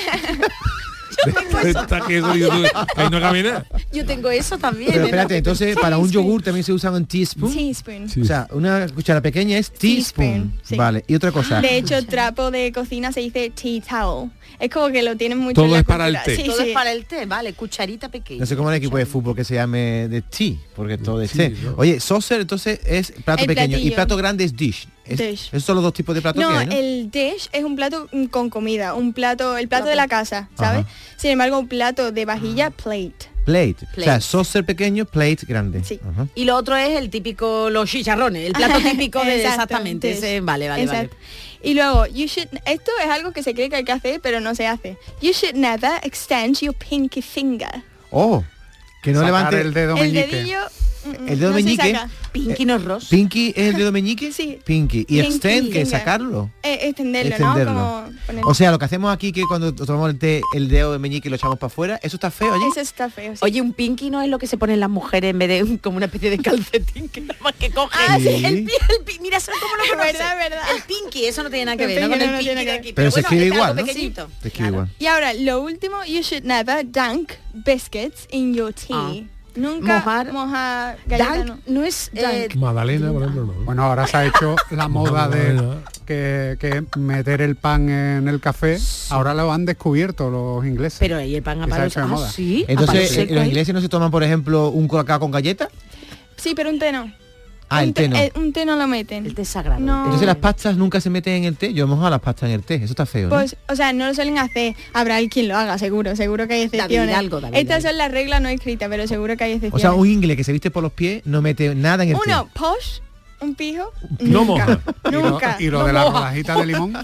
S4: Está que eso, digo, tú, ahí no camina.
S7: Yo tengo eso también.
S8: Pero
S7: ¿eh?
S8: espérate, entonces para un yogur también se usa un teaspoon.
S9: Teaspoon.
S8: O sea, una cuchara pequeña es teaspoon. Ah,
S9: Teaspoon, sí.
S8: Vale, y otra cosa.
S9: De hecho, trapo de cocina se dice tea towel. Es como que lo tienen mucho
S8: Todo
S9: en la
S8: es para el
S9: cultura.
S8: té.
S9: Sí,
S7: Todo
S9: sí.
S7: es para el té, vale, cucharita pequeña.
S8: no sé cómo el equipo de fútbol que se llame de tea, porque todo es té. Oye, saucer entonces es plato
S9: El
S8: pequeño y
S9: platillo.
S8: plato grande es dish. Es-
S9: Dish.
S8: Esos son los dos tipos de platos
S9: No,
S8: que hay, ¿no?
S9: el dish es un plato mm,
S7: Ah.
S9: con comida, un plato, el plato de la casa, ¿sabes? Sin embargo, un plato de vajilla, plate.
S8: plate. O sea,
S7: Plate.
S8: saucer pequeño, plate grande. Ajá.
S7: Y lo otro es el típico, los chicharrones, el plato típico de
S9: Exacto,
S7: exactamente.
S9: entonces,
S7: ese- vale, vale,
S9: exacto. Y luego, you should, esto es algo que se cree que hay que hacer, pero no se hace. You should never extend your pinky finger.
S8: Oh, que no
S10: Sacar
S8: levante
S10: el dedo
S9: el dedillo... mm,
S8: El dedo
S9: no se
S8: meñique.
S9: saca.
S7: Pinky no ros.
S8: Pinky es el dedo meñique.
S9: Sí.
S8: Pinky. Y
S9: Pinky
S8: extend, que es
S9: finger.
S8: sacarlo.
S9: Eh, extenderlo, ¿no?
S8: Extenderlo.
S9: Como poner-
S8: O sea, lo que hacemos aquí que cuando tomamos el té, el dedo de meñique y lo echamos para afuera, eso está feo allí.
S9: Eso está feo. sí.
S7: Oye, un pinky no es lo que se ponen las mujeres en vez de un- como una especie de calcetín que nada más que coge.
S8: Ah, sí.
S7: el, pi- el pi- mira, eso es como lo que
S9: Verdad, verdad.
S7: El pinky, eso no tiene nada que
S9: El
S7: ver, ¿no?
S9: pinky
S7: Con el
S9: no, no
S7: pinky
S9: tiene
S7: de
S9: que
S7: aquí. este
S8: Pero se escribe
S7: es algo
S8: igual, ¿no?
S7: pequeñito.
S8: Te escribo igual.
S9: Y ahora, lo último, you should never dunk biscuits in your tea. Nunca mojar, galleta,
S7: Ah. Dunk
S9: no.
S7: no es eh,
S4: Magdalena, por ejemplo,
S10: Bueno, ahora se ha hecho la moda de que, que meter el pan en el café. Ahora lo han descubierto los ingleses.
S7: Pero ahí el pan
S10: Que se ha
S7: aparo-
S10: hecho de
S7: ah,
S10: moda.
S7: sí,
S8: Entonces,
S7: aparo
S8: ¿en-
S7: seco
S8: ¿en los
S7: ahí.
S8: ingleses no se toman, por ejemplo, un colacao con galleta?
S9: Sí, pero un té no.
S8: Ah, el té no.
S9: Eh, un té no lo meten. El
S7: té sagrado.
S8: Entonces las pastas nunca se meten en el té. Yo he mojado las pastas en el té. Eso está feo. ¿no?
S9: Pues, o sea, no lo suelen hacer. Habrá el quien lo haga, seguro. Seguro que hay excepciones.
S7: Hidalgo, David
S9: Estas son las reglas no escritas, pero seguro que hay
S8: o
S9: excepciones.
S8: sea, un inglés que se viste por los pies no mete nada en el té.
S9: Uno, posh, un pijo.
S4: No moja.
S9: Nunca.
S10: Y lo de la rodajita de limón.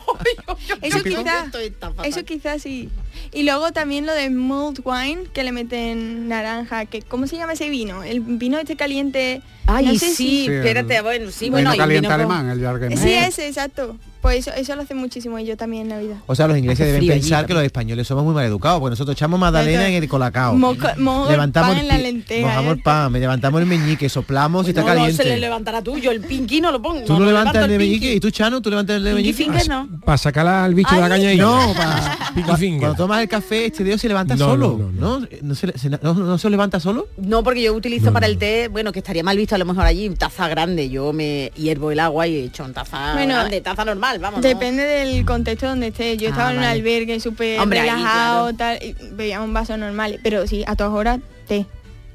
S9: Eso
S10: Típico.
S9: quizá, eso quizá sí. Y luego también lo de mulled wine, que le meten naranja, que ¿cómo se llama ese vino? El vino este caliente.
S7: Ay,
S9: no sé
S7: sí,
S9: si-
S7: espérate, bueno, sí,
S10: Vino
S7: bueno, y
S10: caliente
S7: vino con-
S10: alemán, el Jagermeister.
S9: Sí, ese, exacto. Pues eso, eso lo hace muchísimo y yo también en Navidad.
S8: O sea, los ingleses
S9: Hace
S8: deben
S9: frío allí
S8: pensar que los españoles somos muy mal educados, porque nosotros echamos magdalena en el colacao.
S9: Moco- mojo el pan en la
S8: pi-
S9: lenteja,
S8: mojamos
S9: ¿eh?
S8: el pan, me levantamos el meñique, soplamos y está
S7: No, no, se le
S8: caliente.
S7: levantará tuyo, el pinky no lo pongo.
S8: Tú
S7: no
S8: no
S7: lo
S8: levantas
S7: levanto
S8: el de
S7: pinky.
S8: meñique y tú, Chano, tú levantas el de
S7: Pinky
S8: meñique. Ah,
S7: finger no.
S4: Para sacar al bicho de la caña y
S8: No, pa- cua- cuando tomas el café, este dedo se levanta
S4: No,
S8: solo.
S4: no,
S8: No, ¿No se, le- se- no- no se levanta solo.
S7: No, porque yo utilizo para el té, bueno, que estaría mal visto a lo mejor allí, taza grande. Yo me hiervo el agua y echo en taza
S9: Bueno,
S7: grande, taza normal, vamos. ¿no?
S9: Depende del contexto donde esté. Yo
S7: Ah,
S9: estaba en un
S7: vale.
S9: albergue súper
S7: Hombre, ahí,
S9: relajado, tal, y veía un vaso normal, pero sí, a todas horas té.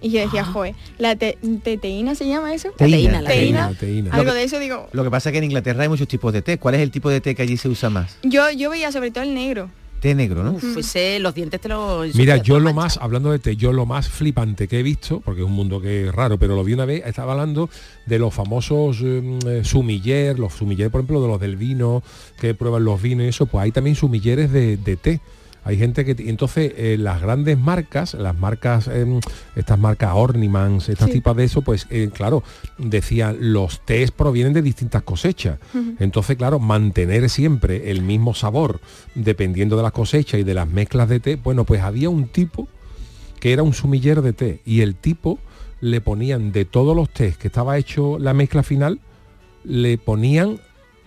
S9: Y yo
S7: Ah.
S9: decía, joder, la te- teteína se llama eso?
S8: Teína,
S9: Teína.
S8: teína,
S4: teína.
S9: Algo de eso digo.
S8: Lo que pasa es que en Inglaterra hay muchos tipos de té. ¿Cuál es el tipo de té que allí se usa más?
S9: Yo yo veía sobre todo el negro.
S8: Té negro, ¿no?
S7: Uf, ese, los dientes te los...
S4: Mira, yo lo más, hablando de té, yo lo más flipante que he visto, porque es un mundo que es raro, pero lo vi una vez, estaba hablando de los famosos eh, eh, sumiller, los sumiller, por ejemplo, de los del vino, que prueban los vinos y eso, pues hay también sumilleres de, de té. Hay gente que... y entonces, eh, las grandes marcas, las marcas, em, estas marcas Ornimans, estas
S11: Sí.
S4: tipas de eso, pues, eh, claro, decían, los tés provienen de distintas cosechas.
S11: Ujú.
S4: Entonces, claro, mantener siempre el mismo sabor, dependiendo de las cosechas y de las mezclas de té, bueno, pues había un tipo que era un sumiller de té y el tipo le ponían de todos los tés que estaba hecho la mezcla final, le ponían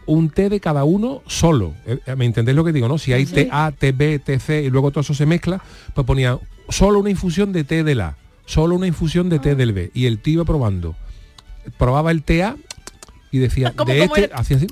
S4: un té de cada uno solo. Eh, eh, ¿Me entendéis lo que digo? ¿No? Si hay
S11: Sí.
S4: té A, té B, té C y luego todo eso se mezcla, pues ponían solo una infusión de té del A, solo una infusión de
S11: Ah.
S4: té del B. Y el tío iba probando. Probaba el té A y decía,
S11: ¿Cómo,
S4: de
S11: cómo
S4: este,
S11: era?
S4: hacía así,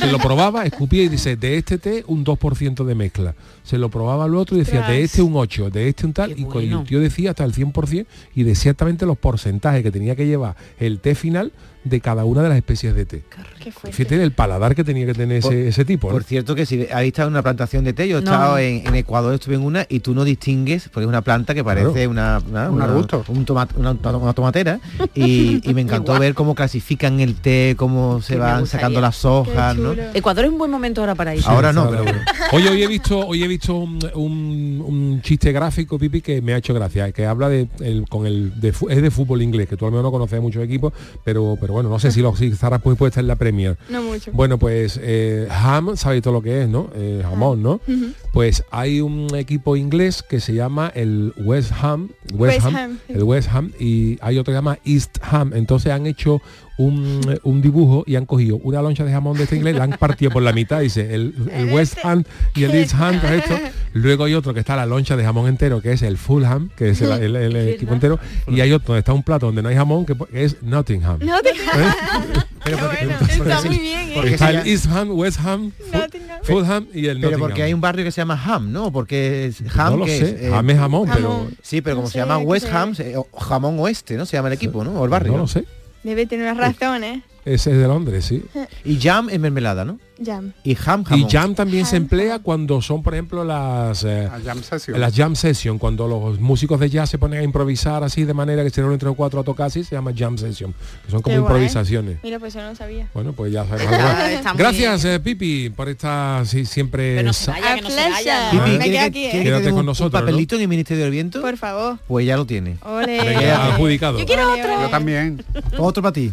S4: se lo probaba, escupía y dice, de este té un 2% de mezcla. Se lo probaba al otro y decía,
S11: Ostras.
S4: de este un 8, de este un tal. Y con el tío decía hasta el 100% y de exactamente los porcentajes que tenía que llevar el té final de cada una de las especies de té.
S9: Qué
S4: Fíjate el paladar que tenía que tener ese, ese tipo. ¿no?
S8: Por cierto que si habéis estado en una plantación de té, yo he
S4: No.
S8: estado en, en Ecuador, estuve en una y tú no distingues, porque es una planta que parece
S4: Claro.
S8: una, una-
S4: Un
S8: una-
S4: arbusto.
S8: un toma- una, una tomatera y, y me encantó ver cómo clasifican el té, cómo se
S7: Que me
S8: van
S7: gustaría.
S8: sacando las hojas, ¿no?
S7: Ecuador es un buen momento ahora para ir.
S8: Ahora no, pero
S4: Oye, hoy he visto, hoy he visto un, un- un chiste gráfico, Pipi, que me ha hecho gracia, que habla de el- con el de fu- es de fútbol inglés, que tú al menos no conoces muchos equipos, pero pero bueno, no sé si los si Zara pues puede estar en la Premier.
S9: No mucho.
S4: Bueno, pues eh, ham, sabéis todo lo que es, ¿no? Eh, jamón, ¿no?
S9: Ujú.
S4: Pues hay un equipo inglés que se llama el West Ham, West
S9: West
S4: Ham,
S9: Ham.
S4: el West Ham, y hay otro que se llama East Ham. Entonces han hecho un, eh, un dibujo y han cogido una loncha de jamón de este inglés, la han partido por la mitad, dice el, el West Ham y el East Ham, pues esto. Luego hay otro que está la loncha de jamón entero, que es el Fulham, que es el, el- el equipo entero, y hay otro donde está un plato donde no hay jamón, que po- que es Nottingham.
S9: No
S8: ¿Eh?
S9: te Está
S8: sí.
S9: muy bien, ¿eh?
S8: Porque
S4: Está
S8: se
S4: el
S8: llama-
S4: East Ham, West Ham, Fulham y el
S8: Pero
S4: Nottingham.
S8: porque hay un barrio que se llama Ham, ¿no? Porque es Ham
S4: lo
S8: que
S4: sé,
S8: es, eh,
S4: Ham es jamón, pero- Jamón.
S8: Sí, pero como
S9: No
S8: se
S9: sé
S8: llama
S9: qué
S8: West
S9: será.
S8: Ham, se- o- jamón oeste, ¿no? Se llama el equipo, ¿no? O el barrio.
S4: No lo sé.
S9: Debe tener ¿eh? razones.
S2: Ese es de Londres, sí.
S8: Y jam es mermelada, ¿no?
S9: Jam.
S8: Y ham,
S2: Y
S8: jamón.
S2: jam también se emplea cuando son, por ejemplo, las, eh, las jam session, cuando los músicos de jazz se ponen a improvisar así de manera que se reúnen tres o cuatro a tocar así, se llama jam session, que son como
S9: Qué guay.
S2: improvisaciones.
S9: Mira, pues yo no lo sabía.
S2: Bueno, pues ya sabemos.
S9: Ah,
S2: algo más.
S9: está muy
S2: Gracias, eh, Pipi, por esta sí, siempre... sa-
S9: A pleasure.
S2: Pipi,
S9: Me
S2: ¿quiere
S9: quedo
S2: que-
S9: aquí,
S2: quiere
S9: ¿eh?
S2: que Quédate te dé con un- un nosotros, ¿no?
S8: papelito en el Ministerio del Viento?
S9: Por favor.
S8: Pues ya lo tiene.
S9: Ole.
S2: Venga, adjudicado. Yo
S9: quiero otro.
S8: Yo
S14: también.
S8: Otro para ti.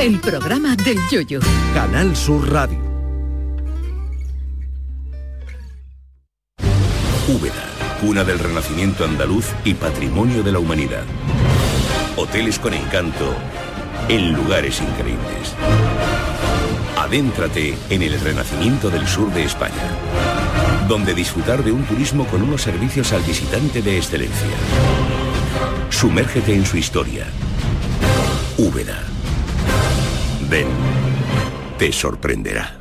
S15: El programa del yoyo.
S16: Canal Sur Radio.
S1: Úbeda, cuna del renacimiento andaluz y patrimonio de la humanidad. Hoteles con encanto en lugares increíbles. Adéntrate en el renacimiento del sur de España, donde disfrutar de un turismo con unos servicios al visitante de excelencia. Sumérgete en su historia. Úbeda. Ven, te sorprenderá.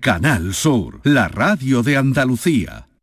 S16: Canal Sur, la radio de Andalucía.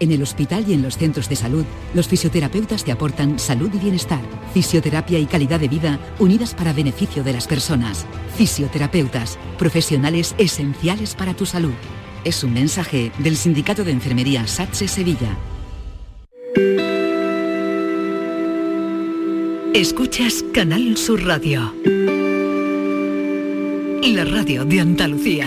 S17: En el hospital y en los centros de salud, los fisioterapeutas te aportan salud y bienestar, fisioterapia y calidad de vida unidas para beneficio de las personas. Fisioterapeutas, profesionales esenciales para tu salud. Es un mensaje del Sindicato de Enfermería SATSE Sevilla.
S15: Escuchas Canal Sur Radio. La radio de Andalucía.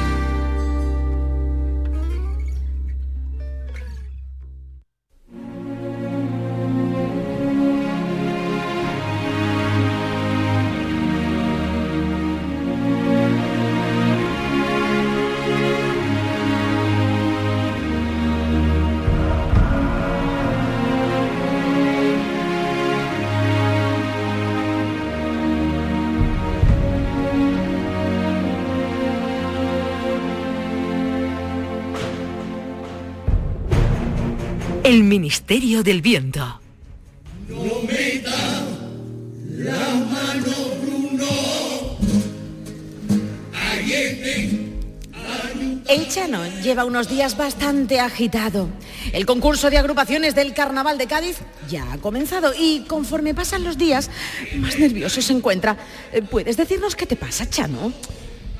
S15: El Ministerio del Viento.
S18: No meta la mano Bruno.
S7: El Chano lleva unos días bastante agitado. El concurso de agrupaciones del Carnaval de Cádiz ya ha comenzado y conforme pasan los días, más nervioso se encuentra. Eh, ¿Puedes decirnos qué te pasa, Chano?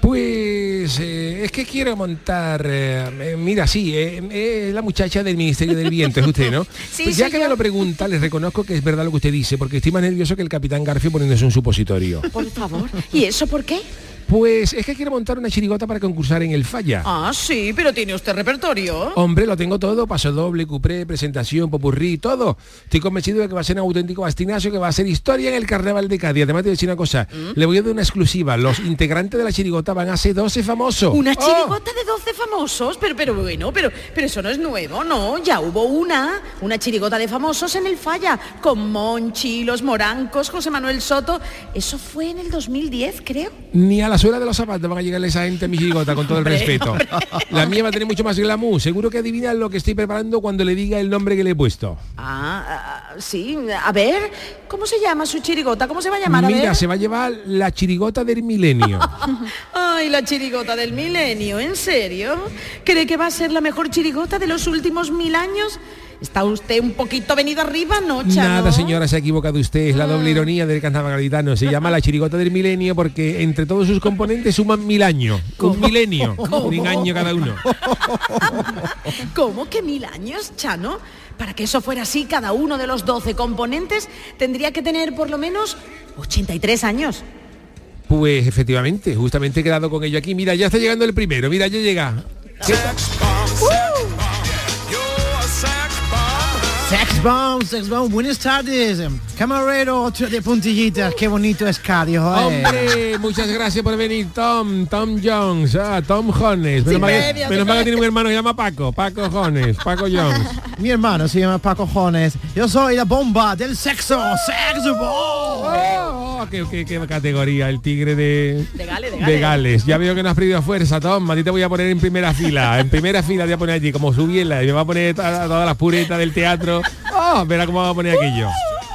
S4: Pues eh, es que quiero montar, eh, eh, mira, sí, eh, eh, la muchacha del Ministerio del Viento es usted, ¿no?
S7: Sí,
S4: Pues ya
S7: soy
S4: que me lo pregunta, les reconozco que es verdad lo que usted dice, porque estoy más nervioso que el capitán Garfio poniéndose un supositorio.
S7: Por favor. ¿Y eso por qué?
S4: Pues es que quiero montar una chirigota para concursar en el Falla.
S7: Ah, sí, pero tiene usted repertorio.
S4: Hombre, lo tengo todo, paso doble, cupré, presentación, popurrí, todo. Estoy convencido de que va a ser un auténtico bastinazo, que va a ser historia en el carnaval de Cádiz. Además, te voy a decir una cosa,
S7: Mm.
S4: le voy a dar una exclusiva. Los integrantes de la chirigota van a ser 12 famosos.
S7: Una
S4: ¡Oh!
S7: chirigota de 12 famosos, pero pero bueno, pero pero eso no es nuevo, no, ya hubo una, una chirigota de famosos en el Falla con Monchi, los Morancos, José Manuel Soto, eso fue en el 2010, creo.
S4: Ni a la suela de los zapatos van a llegarle esa gente a mi chirigota, con todo el
S7: Hombre,
S4: respeto.
S7: hombre.
S4: La mía va a tener mucho más glamour. Seguro que adivinan lo que estoy preparando cuando le diga el nombre que le he puesto.
S7: Ah, ah, sí, a ver, ¿cómo se llama su chirigota? ¿Cómo se va a llamar? A
S4: Mira,
S7: ver.
S4: se va a llevar la chirigota del milenio.
S7: Ay, la chirigota del milenio, ¿en serio? ¿Cree que va a ser la mejor chirigota de los últimos mil años? Está usted un poquito venido arriba, ¿no, Chano?
S4: Nada, señora, se ha equivocado usted.
S7: Ah.
S4: Es la doble ironía del carnaval gaditano. Se llama la chirigota del milenio porque entre todos sus componentes suman mil años. Un milenio.
S7: ¿Cómo?
S4: Un año cada uno.
S7: ¿Cómo que mil años, Chano? Para que eso fuera así, cada uno de los 12 componentes tendría que tener por lo menos 83 años.
S4: Pues efectivamente, justamente he quedado con ello aquí. Mira, ya está llegando el primero. Mira, ya llega.
S8: Sex Bomb, Sex Bomb, buenas tardes. Camarero, otro de puntillitas, qué bonito es Cádiz, joder.
S4: Hombre, muchas gracias por venir, Tom, Tom Jones, ah, Tom Jones. Menos, mal, que- menos mal que tiene un hermano que se llama Paco, Paco Jones, Paco Jones.
S8: Mi hermano se llama Paco Jones. Yo soy la bomba del sexo, Sex Bomb.
S4: Oh, qué, qué- qué categoría, el tigre de,
S7: De Gales, de
S4: de
S7: Gales.
S4: Gales. Ya veo que no has perdido fuerza, Tom. A ti te voy a poner en primera fila. En primera fila te voy a poner allí, como subiela. Y me va a poner toda- todas las puretas del teatro. Oh, verá cómo va a poner aquello.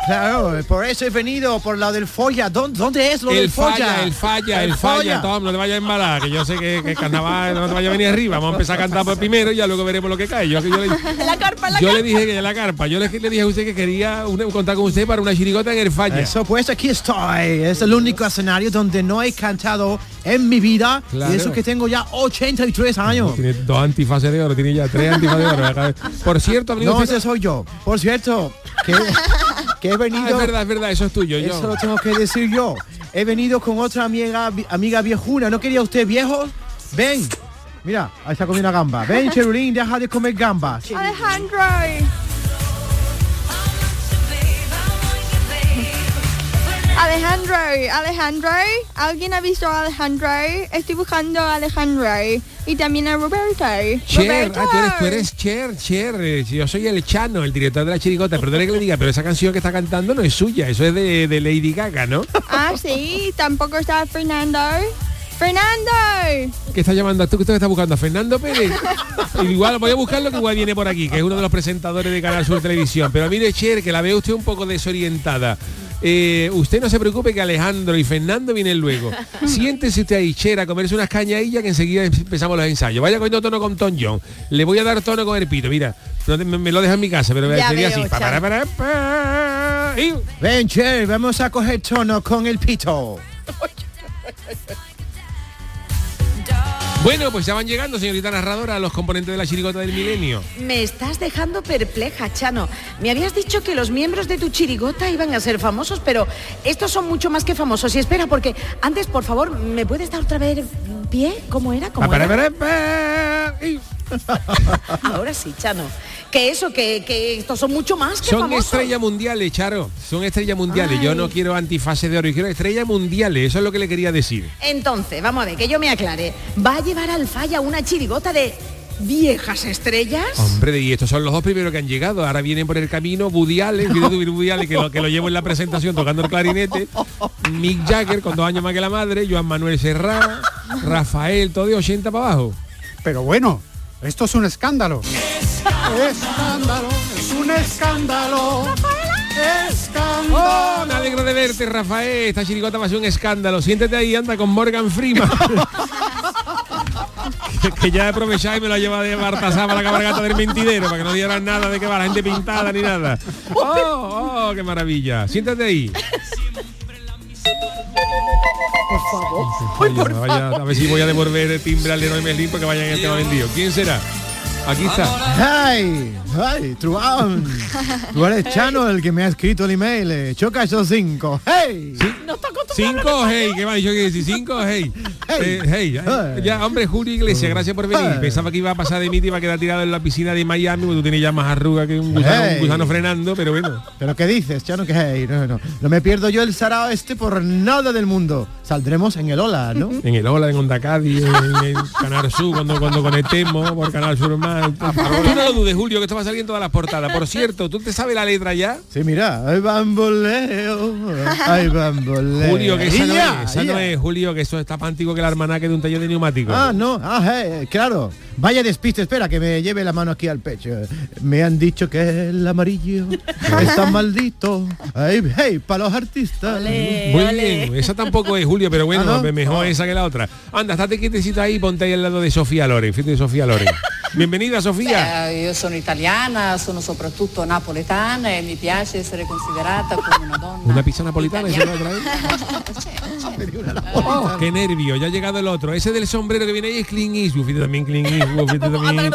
S8: Claro, Ah, pues, por eso he venido, por lado del folla. ¿Dó- ¿Dónde es lo
S4: El
S8: del folla?
S4: falla, el falla, el falla, Tom, no te vayas a embalar, que yo sé que, que carnaval no te vaya a venir arriba, vamos a empezar a cantar por primero y ya luego veremos lo que cae. Yo, yo le,
S7: La carpa, la
S4: yo le
S7: carpa.
S4: dije que la carpa, yo le, le dije a usted que quería una- contar con usted para una chirigota en el falla.
S8: Eso, pues aquí estoy. Es el único escenario donde no he cantado en mi vida.
S4: Claro.
S8: Y eso que tengo ya 83 años.
S4: Tiene dos antifaces de oro, tiene ya tres antifaces de oro. acá. Por cierto, ha venido
S8: No,
S4: usted-
S8: ese soy yo. Por cierto, que, que he venido...
S4: Ah, es verdad, es verdad, eso es tuyo,
S8: Eso
S4: yo.
S8: lo tengo que decir yo. He venido con otra amiga, amiga viejuna. ¿No quería usted viejo? Ven. Mira, ahí está comiendo una gamba. Ven, Cherulín, deja de comer gamba.
S9: Alejandro. Alejandro, Alejandro, ¿alguien ha visto a Alejandro? Estoy buscando a Alejandro y también a Roberto.
S4: Cher,
S9: Roberto.
S4: ah, tú eres, tú eres Cher, Cher, eh, yo soy el Chano, el director de la chirigota, perdone que le diga, pero esa canción que está cantando no es suya, eso es de, de Lady Gaga, ¿no?
S9: Ah, sí, tampoco está Fernando. Fernando.
S4: ¿Qué está llamando? ¿Tú, tú que estás buscando? ¿A Fernando Pérez? igual voy a buscarlo que igual viene por aquí, que es uno de los presentadores de Canal Sur Televisión. Pero mire, Cher, que la veo usted un poco desorientada. Eh, usted no se preocupe que Alejandro y Fernando vienen luego. Siéntese usted ahí, Cher, a comerse unas cañadillas que enseguida empezamos los ensayos. Vaya cogiendo tono con Tom John. Le voy a dar tono con el pito. Mira, no te- me, me lo deja en mi casa, pero
S8: Ya
S4: sería
S8: veo,
S4: así. Pa,
S8: Chano.
S4: para, para, pa, y-
S8: Ven, Cher, vamos a coger tono con el pito.
S4: Bueno, pues ya van llegando, señorita narradora, los componentes de la chirigota del milenio.
S7: Me estás dejando perpleja, Chano. Me habías dicho que los miembros de tu chirigota iban a ser famosos, pero estos son mucho más que famosos. Y espera, porque antes, por favor, ¿me puedes dar otra vez pie? ¿Cómo era? ¿Cómo
S4: Pa, para,
S7: era?
S4: para, pa, y-
S7: Ahora sí, Chano. Que eso, que, que estos son mucho más que
S4: Son
S7: famosos.
S4: estrellas mundiales, Charo. Son estrellas mundiales.
S7: Ay.
S4: Yo no quiero antifases de oro, yo quiero estrellas mundiales. Eso es lo que le quería decir.
S7: Entonces, vamos a ver, que yo me aclare. ¿Va a llevar al falla una chirigota de viejas estrellas?
S4: Hombre, y estos son los dos primeros que han llegado. Ahora vienen por el camino Woody Allen, fíjate tú, Woody Allen, que, lo, que lo llevo en la presentación tocando el clarinete. Mick Jagger, con dos años más que la madre. Joan Manuel Serrano. Rafael, todo de 80 para abajo.
S10: Pero bueno, esto es un escándalo. Escándalo, es un escándalo.
S4: ¡Oh,
S10: Escándalo.
S4: me alegro de verte, Rafael! Esta chirigota va a ser un escándalo. Siéntate ahí, anda con Morgan Freeman. que, que ya he aprovechado y me lo lleva de Bartasá para la cabalgata del mentidero, para que no dieran nada de que va la gente pintada ni nada. ¡Oh, oh, qué maravilla! Siéntate ahí.
S7: Por favor.
S4: Vaya, vaya, a ver si voy a devolver el timbre al Leroy Merlin porque vayan el tema vendido. ¿Quién será? Aquí está.
S8: ¡Ay! ¡Ay! Truán. Tú eres Chano el que me ha escrito el email. eh. Choca esos cinco. ¡Hey!
S4: Cinco, hey, ¿qué más? Yo qué decir, cinco, hey. Eh, hey, ya, ya, hombre, Julio Iglesias, gracias por venir. Pensaba que iba a pasar de mí, te iba a quedar tirado en la piscina de Miami, porque tú tienes ya más arruga que un gusano, un
S8: Hey.
S4: gusano frenando, pero bueno.
S8: ¿Pero qué dices, Chano? Que hey, no, no. No me pierdo yo el sarao este por nada del mundo. Saldremos en el hola, ¿no?
S4: En el Hola, en Onda Cádiz, en el Canal Sur, cuando, cuando conectemos por Canal Sur más.
S8: Ah,
S4: Tú no lo dudes, Julio, que esto va a salir en todas las portadas. Por cierto, ¿tú te sabes la letra ya?
S8: Sí, mira, hay bamboleo, hay bamboleo.
S4: Julio, que esa
S8: Y
S4: no
S8: ya,
S4: es, esa
S8: y
S4: no
S8: ya.
S4: es, Julio, que eso está más antiguo que el armanaque de un taller de neumáticos.
S8: Ah, no, ah, eh, claro. Vaya despiste, espera, que me lleve la mano aquí al pecho. Me han dicho que el amarillo está maldito. Ay, hey, para los artistas.
S4: Muy bien, esa tampoco es Julio, pero bueno,
S8: ¿Ah, no?
S4: mejor esa que la otra. Anda, estate quietecita ahí y ponte ahí al lado de Sofía Loren, fíjate de Sofía Loren. Bienvenida Sofía.
S19: Beh, io sono italiana, sono soprattutto napoletana e mi piace essere considerata come una donna.
S4: Una pizza napolitana, ¿eso lo otra vez? Oh, qué nervio, ya ha llegado el otro. Ese del sombrero que viene ahí es Clint Eastwood, fíjate también Clint Eastwood, fíjate
S7: Ah,
S4: también.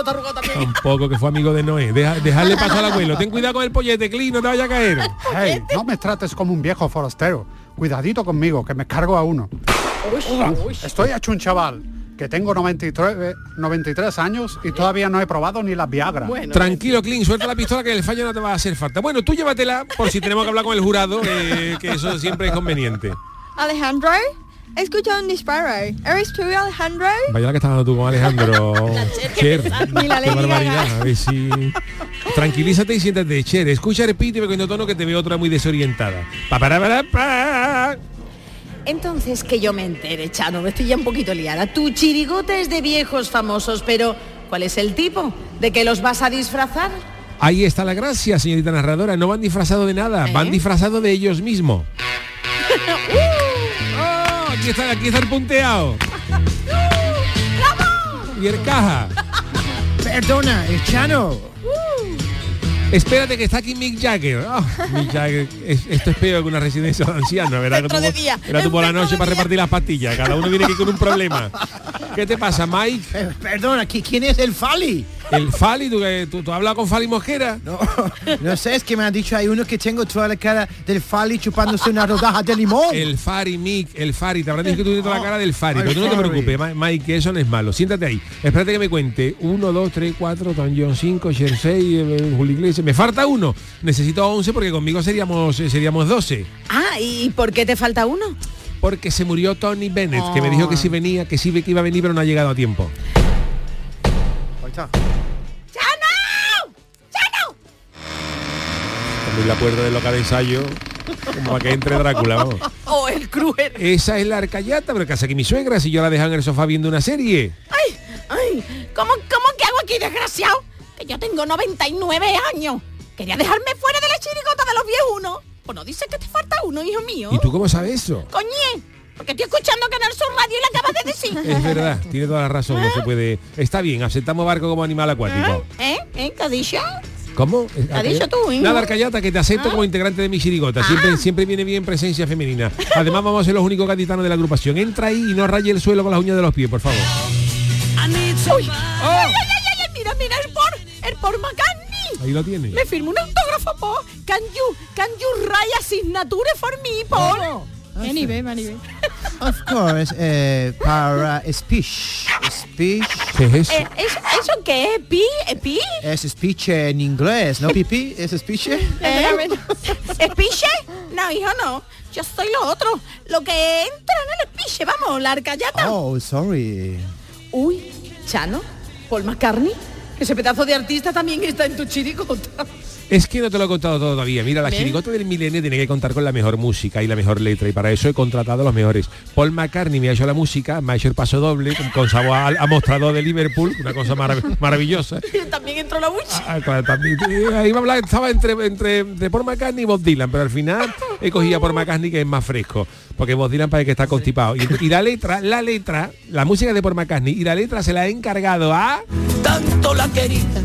S4: Tampoco, que fue amigo de Noé. Deja, dejarle paso al abuelo. Ten cuidado con el pollete, Clint, no te vaya a caer.
S10: Hey,
S9: este
S10: no me trates como un viejo forastero. Cuidadito conmigo, que me cargo a uno. Uf, estoy hecho un chaval. que tengo 93, 93 años eh, y todavía no he probado ni las Viagra.
S4: Tranquilo, Clint, suelta la pistola que el fallo no te va a hacer falta. Bueno, tú llévatela por si tenemos que hablar con el jurado, eh, que eso siempre es conveniente.
S9: Alejandro, he escuchado un disparo. ¿Eres tú, Alejandro?
S4: Vaya la que estás dando tú con Alejandro. Cher.
S9: Ni la
S4: Qué
S9: Lady
S4: barbaridad.
S9: Gaga.
S4: A ver si... Tranquilízate y siéntate, Cher. Escucha, repite y me cuento tono que te veo otra muy desorientada. Pa, para, para, pa.
S7: Entonces, que yo me entere, Chano, me estoy ya un poquito liada. Tu chirigota es de viejos famosos, pero ¿cuál es el tipo? ¿De qué los vas a disfrazar?
S4: Ahí está la gracia, señorita narradora. No van disfrazados de nada, van disfrazados de ellos mismos. Oh, aquí, está, aquí está el punteado. Y el caja.
S8: Perdona, es Chano.
S4: Uh. Espérate que está aquí Mick Jagger. Ah, Mick Jagger, es- esto es peor que una residencia de ancianos, ¿verdad? Que
S20: Centro
S4: tú-
S20: de día,
S4: Era tú por la noche para repartir las pastillas. Cada uno viene aquí con un problema. ¿Qué te pasa, Mike?
S8: Eh, Perdona, ¿qui- ¿quién es el Fali?
S4: El Fali, ¿tú, que- tú, tú has hablado con Fali Mosquera?
S8: No, no sé, es que me han dicho hay uno que tengo toda la cara del Fali chupándose una rodaja de limón.
S4: El Fari, Mick, el Fari. Te habrán dicho que tú tienes toda la cara del Fari,
S8: I'm
S4: pero tú no te
S8: sorry.
S4: preocupes, Ma- Mike, que eso no es malo. Siéntate ahí. Espérate que me cuente. 1, 2, 3, 4, Don John 5, Cher 6, Julio Iglesias. Me falta uno. Necesito 11 porque conmigo seríamos, eh, seríamos 12.
S7: Ah, ¿y por qué te falta uno?
S4: Porque se murió Tony Bennett, que me dijo que sí venía, que sí que iba a venir, pero no ha llegado a tiempo.
S20: ¡Chano! ¡Chano!
S4: Cuando la puerta del local de ensayo, como para que entre Drácula, vamos.
S7: Oh, el cruel.
S4: Esa es la arcayata, pero que hace aquí mi suegra si yo la dejaba en el sofá viendo una serie.
S1: ¡Ay! ¡Ay! ¿Cómo, ¿Cómo que hago aquí, desgraciado? Que yo tengo 99 años. Quería dejarme fuera de la chirigota de los viejunos. Pues no dice que te falta uno, hijo mío.
S4: ¿Y tú cómo sabes eso?
S1: Coñé, porque estoy escuchando Canal Sur Radio y le acabas de decir.
S4: Es verdad, tiene toda la razón, no se puede. Está bien, aceptamos barco como animal acuático.
S1: ¿Eh? ¿Eh? ¿Qué has dicho?
S4: ¿Cómo?
S1: has dicho tú, Ah. Ingo?
S4: Nada, Arcayata, que te acepto como integrante de mi chirigota. Siempre, siempre viene bien presencia femenina. Además, vamos a ser los únicos gaditanos de la agrupación. Entra ahí y no raye el suelo con las uñas de los pies, por favor.
S1: Uy. Ay, ay, ay, ay, mira, mira, el por, el por McCartney.
S4: Ahí lo tiene.
S1: Le firmo un autógrafo, po. Can you, can you write a signature for me, Eh, Paul?
S8: Ah,
S9: Anyway, anyway.
S8: Of course, eh, para speech. Speech.
S4: ¿Qué es
S1: Eh, ¿eso, ¿Eso qué es? ¿Pi? ¿Eh, ¿Pi?
S8: Es speech en inglés, ¿no, Pipi? ¿Es speech?
S1: ¿Eh? ¿Espiche? No, hijo, no. Yo soy lo otro. Lo que entra en el espiche, vamos, la arcayata.
S8: Oh, sorry.
S7: Uy, Chano, Paul McCartney, ese pedazo de artista también está en tu chirigota.
S4: Es que no te lo he contado todo todavía. Mira, la
S7: Bien.
S4: chirigota del milenio tiene que contar con la mejor música y la mejor letra. Y para eso he contratado a los mejores. Paul McCartney me ha hecho la música, me ha hecho el paso doble, con, con sabor al- a, mostrador de Liverpool, una cosa marav- maravillosa.
S1: También entró la bucha.
S4: Ah, claro, también, eh, ahí iba a hablar, estaba entre, entre, entre Paul McCartney y Bob Dylan, pero al final he cogido a Paul McCartney que es más fresco, porque Bob Dylan parece que está constipado. Y, y la letra, la letra, la música de Paul McCartney y la letra se la he encargado a... ¡Oh!
S20: Tanto la querida.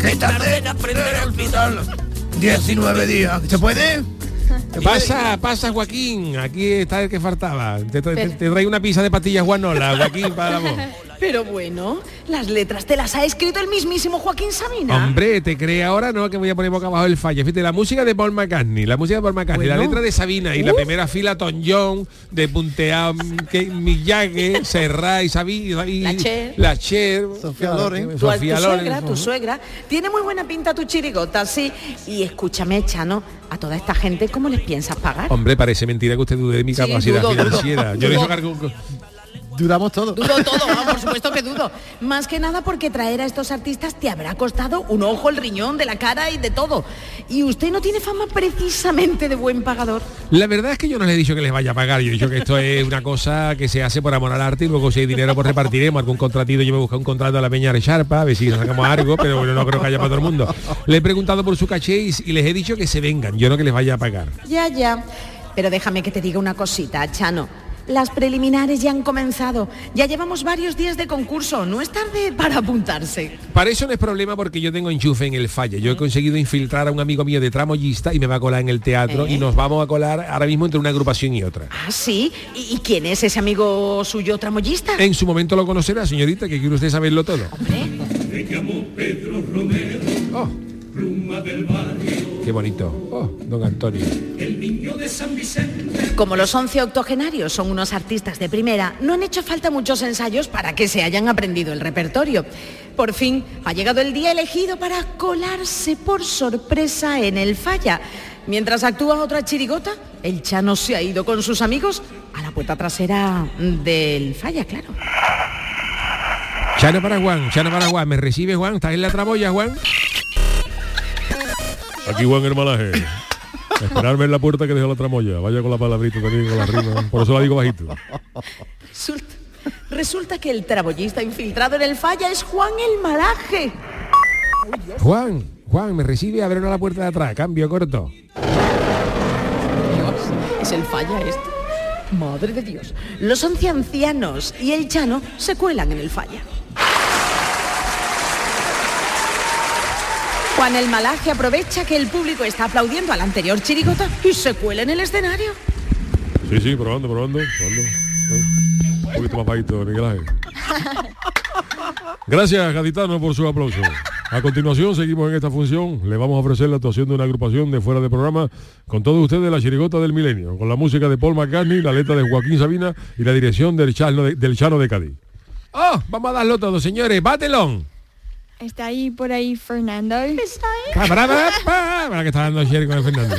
S20: Que tardé en aprender a olvidarla. 19 días. ¿Se puede?
S4: Pasa, pasa Joaquín, aquí está el que faltaba. Te, tra- te- te traigo una pizza de patillas Juanola, Joaquín, para la voz.
S7: Pero bueno, las letras te las ha escrito el mismísimo Joaquín Sabina.
S4: Hombre, te cree ahora, ¿no? Que voy a poner boca abajo el fallo. Fíjate, la música de Paul McCartney, la música de Paul McCartney, la
S21: Bueno.
S4: letra de Sabina y la
S21: Uh.
S4: primera fila Tom John, de Puntea, que Miyagi, Serra y Sabina. y-
S7: La Cher.
S4: La Cher.
S8: Sofía
S7: Tu- tu suegra, tu suegra, tiene muy buena pinta tu chirigota, sí. Y escúchame, Chano, a toda esta gente, ¿cómo les piensas pagar?
S4: Hombre, parece mentira que usted dude de mi
S7: Sí,
S4: capacidad
S7: dudo, dudo.
S4: financiera. Yo le
S7: Dudo.
S4: hizo cargo...
S8: Duramos todo.
S7: Dudo todo, vamos, por supuesto que dudo. Más que nada porque traer a estos artistas te habrá costado un ojo, el riñón, de la cara y de todo. Y usted no tiene fama precisamente de buen pagador.
S4: La verdad es que yo no les he dicho que les vaya a pagar, yo he dicho que esto es una cosa que se hace por amor al arte y luego si hay dinero pues repartiremos algún contratito, yo me busco un contrato a la Peña de Sharpa, a ver si sacamos algo, pero bueno, no creo que haya para todo el mundo. Le he preguntado por su caché y, y les he dicho que se vengan, yo no que les vaya a pagar.
S7: Ya, ya. Pero déjame que te diga una cosita, Chano. Las preliminares ya han comenzado. Ya llevamos varios días de concurso. No es tarde para apuntarse.
S4: Para eso no es problema porque yo tengo enchufe en el falle. Yo he conseguido infiltrar a un amigo mío de tramoyista y me va a colar en el teatro
S7: ¿Eh?
S4: y nos vamos a colar ahora mismo entre una agrupación y otra.
S7: Ah, sí. ¿Y, y quién es ese amigo suyo tramoyista?
S4: En su momento lo conocerá, señorita, que quiere usted saberlo todo.
S20: Me llamó Pedro Romero. Pluma del barrio.
S4: Qué bonito. Oh, don Antonio.
S20: El niño de
S7: Como los 11 octogenarios son unos artistas de primera, no han hecho falta muchos ensayos para que se hayan aprendido el repertorio. Por fin ha llegado el día elegido para colarse por sorpresa en el falla. Mientras actúa otra chirigota, el Chano se ha ido con sus amigos a la puerta trasera del falla, claro.
S4: Chano para Juan, Chano para Juan, me recibe Juan, ¿estás en la traboya, Juan?
S22: Aquí Juan Hermanaje. Esperarme en la puerta que dejó la tramoya. Vaya con la palabrita también, con la rima. Por eso la digo bajito.
S7: Sult- Resulta que el traboyista infiltrado en el falla es Juan el Malaje.
S4: Juan, Juan, me recibe, abrieron la puerta de atrás, cambio corto.
S7: Dios, es el falla este. Madre de Dios. Los once ancianos y el llano se cuelan en el falla. Juan el Malaje aprovecha que el público está aplaudiendo a la anterior chirigota y se cuela en el escenario.
S22: Sí, sí, probando, probando, probando. Eh, Un poquito más bajito, Miguel Ángel. Gracias, Gaditano, por su aplauso. A continuación, seguimos en esta función. Le vamos a ofrecer la actuación de una agrupación de fuera de programa con todos ustedes la chirigota del milenio, con la música de Paul McCartney, la letra de Joaquín Sabina y la dirección del Chano de, del Chano de Cádiz. ¡Oh! Vamos a darlo todo, señores. ¡Batelón!
S9: Está ahí por ahí Fernando. Está
S4: Cabra, pa, pa, Para que está dando ayer con el Fernando.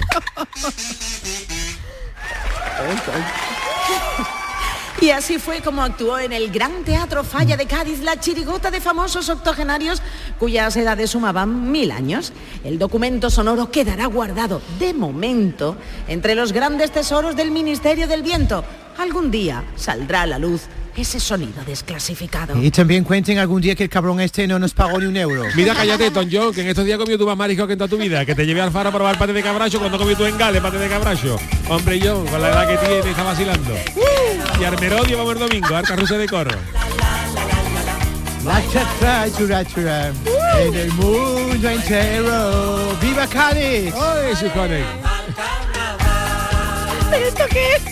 S7: Y así fue como actuó en el Gran Teatro Falla de Cádiz la chirigota de famosos octogenarios cuyas edades sumaban mil años. El documento sonoro quedará guardado de momento entre los grandes tesoros del Ministerio del Viento. Algún día saldrá a la luz ese sonido desclasificado.
S8: Y también cuenten algún día que el cabrón este no nos pagó ni un euro.
S4: Mira, cállate, Tom John, que en estos días comió tú más marisco que en toda tu vida. Que te llevé al faro a probar pate de cabracho cuando comí tú en Gales pate de cabracho. Hombre, John, con la edad que tiene, está vacilando. Y Armerodio vamos el domingo, al carrusel de coro.
S8: La chatra, chura, chura. En el mundo entero. ¡Viva Cádiz!
S7: ¿Pero esto qué es?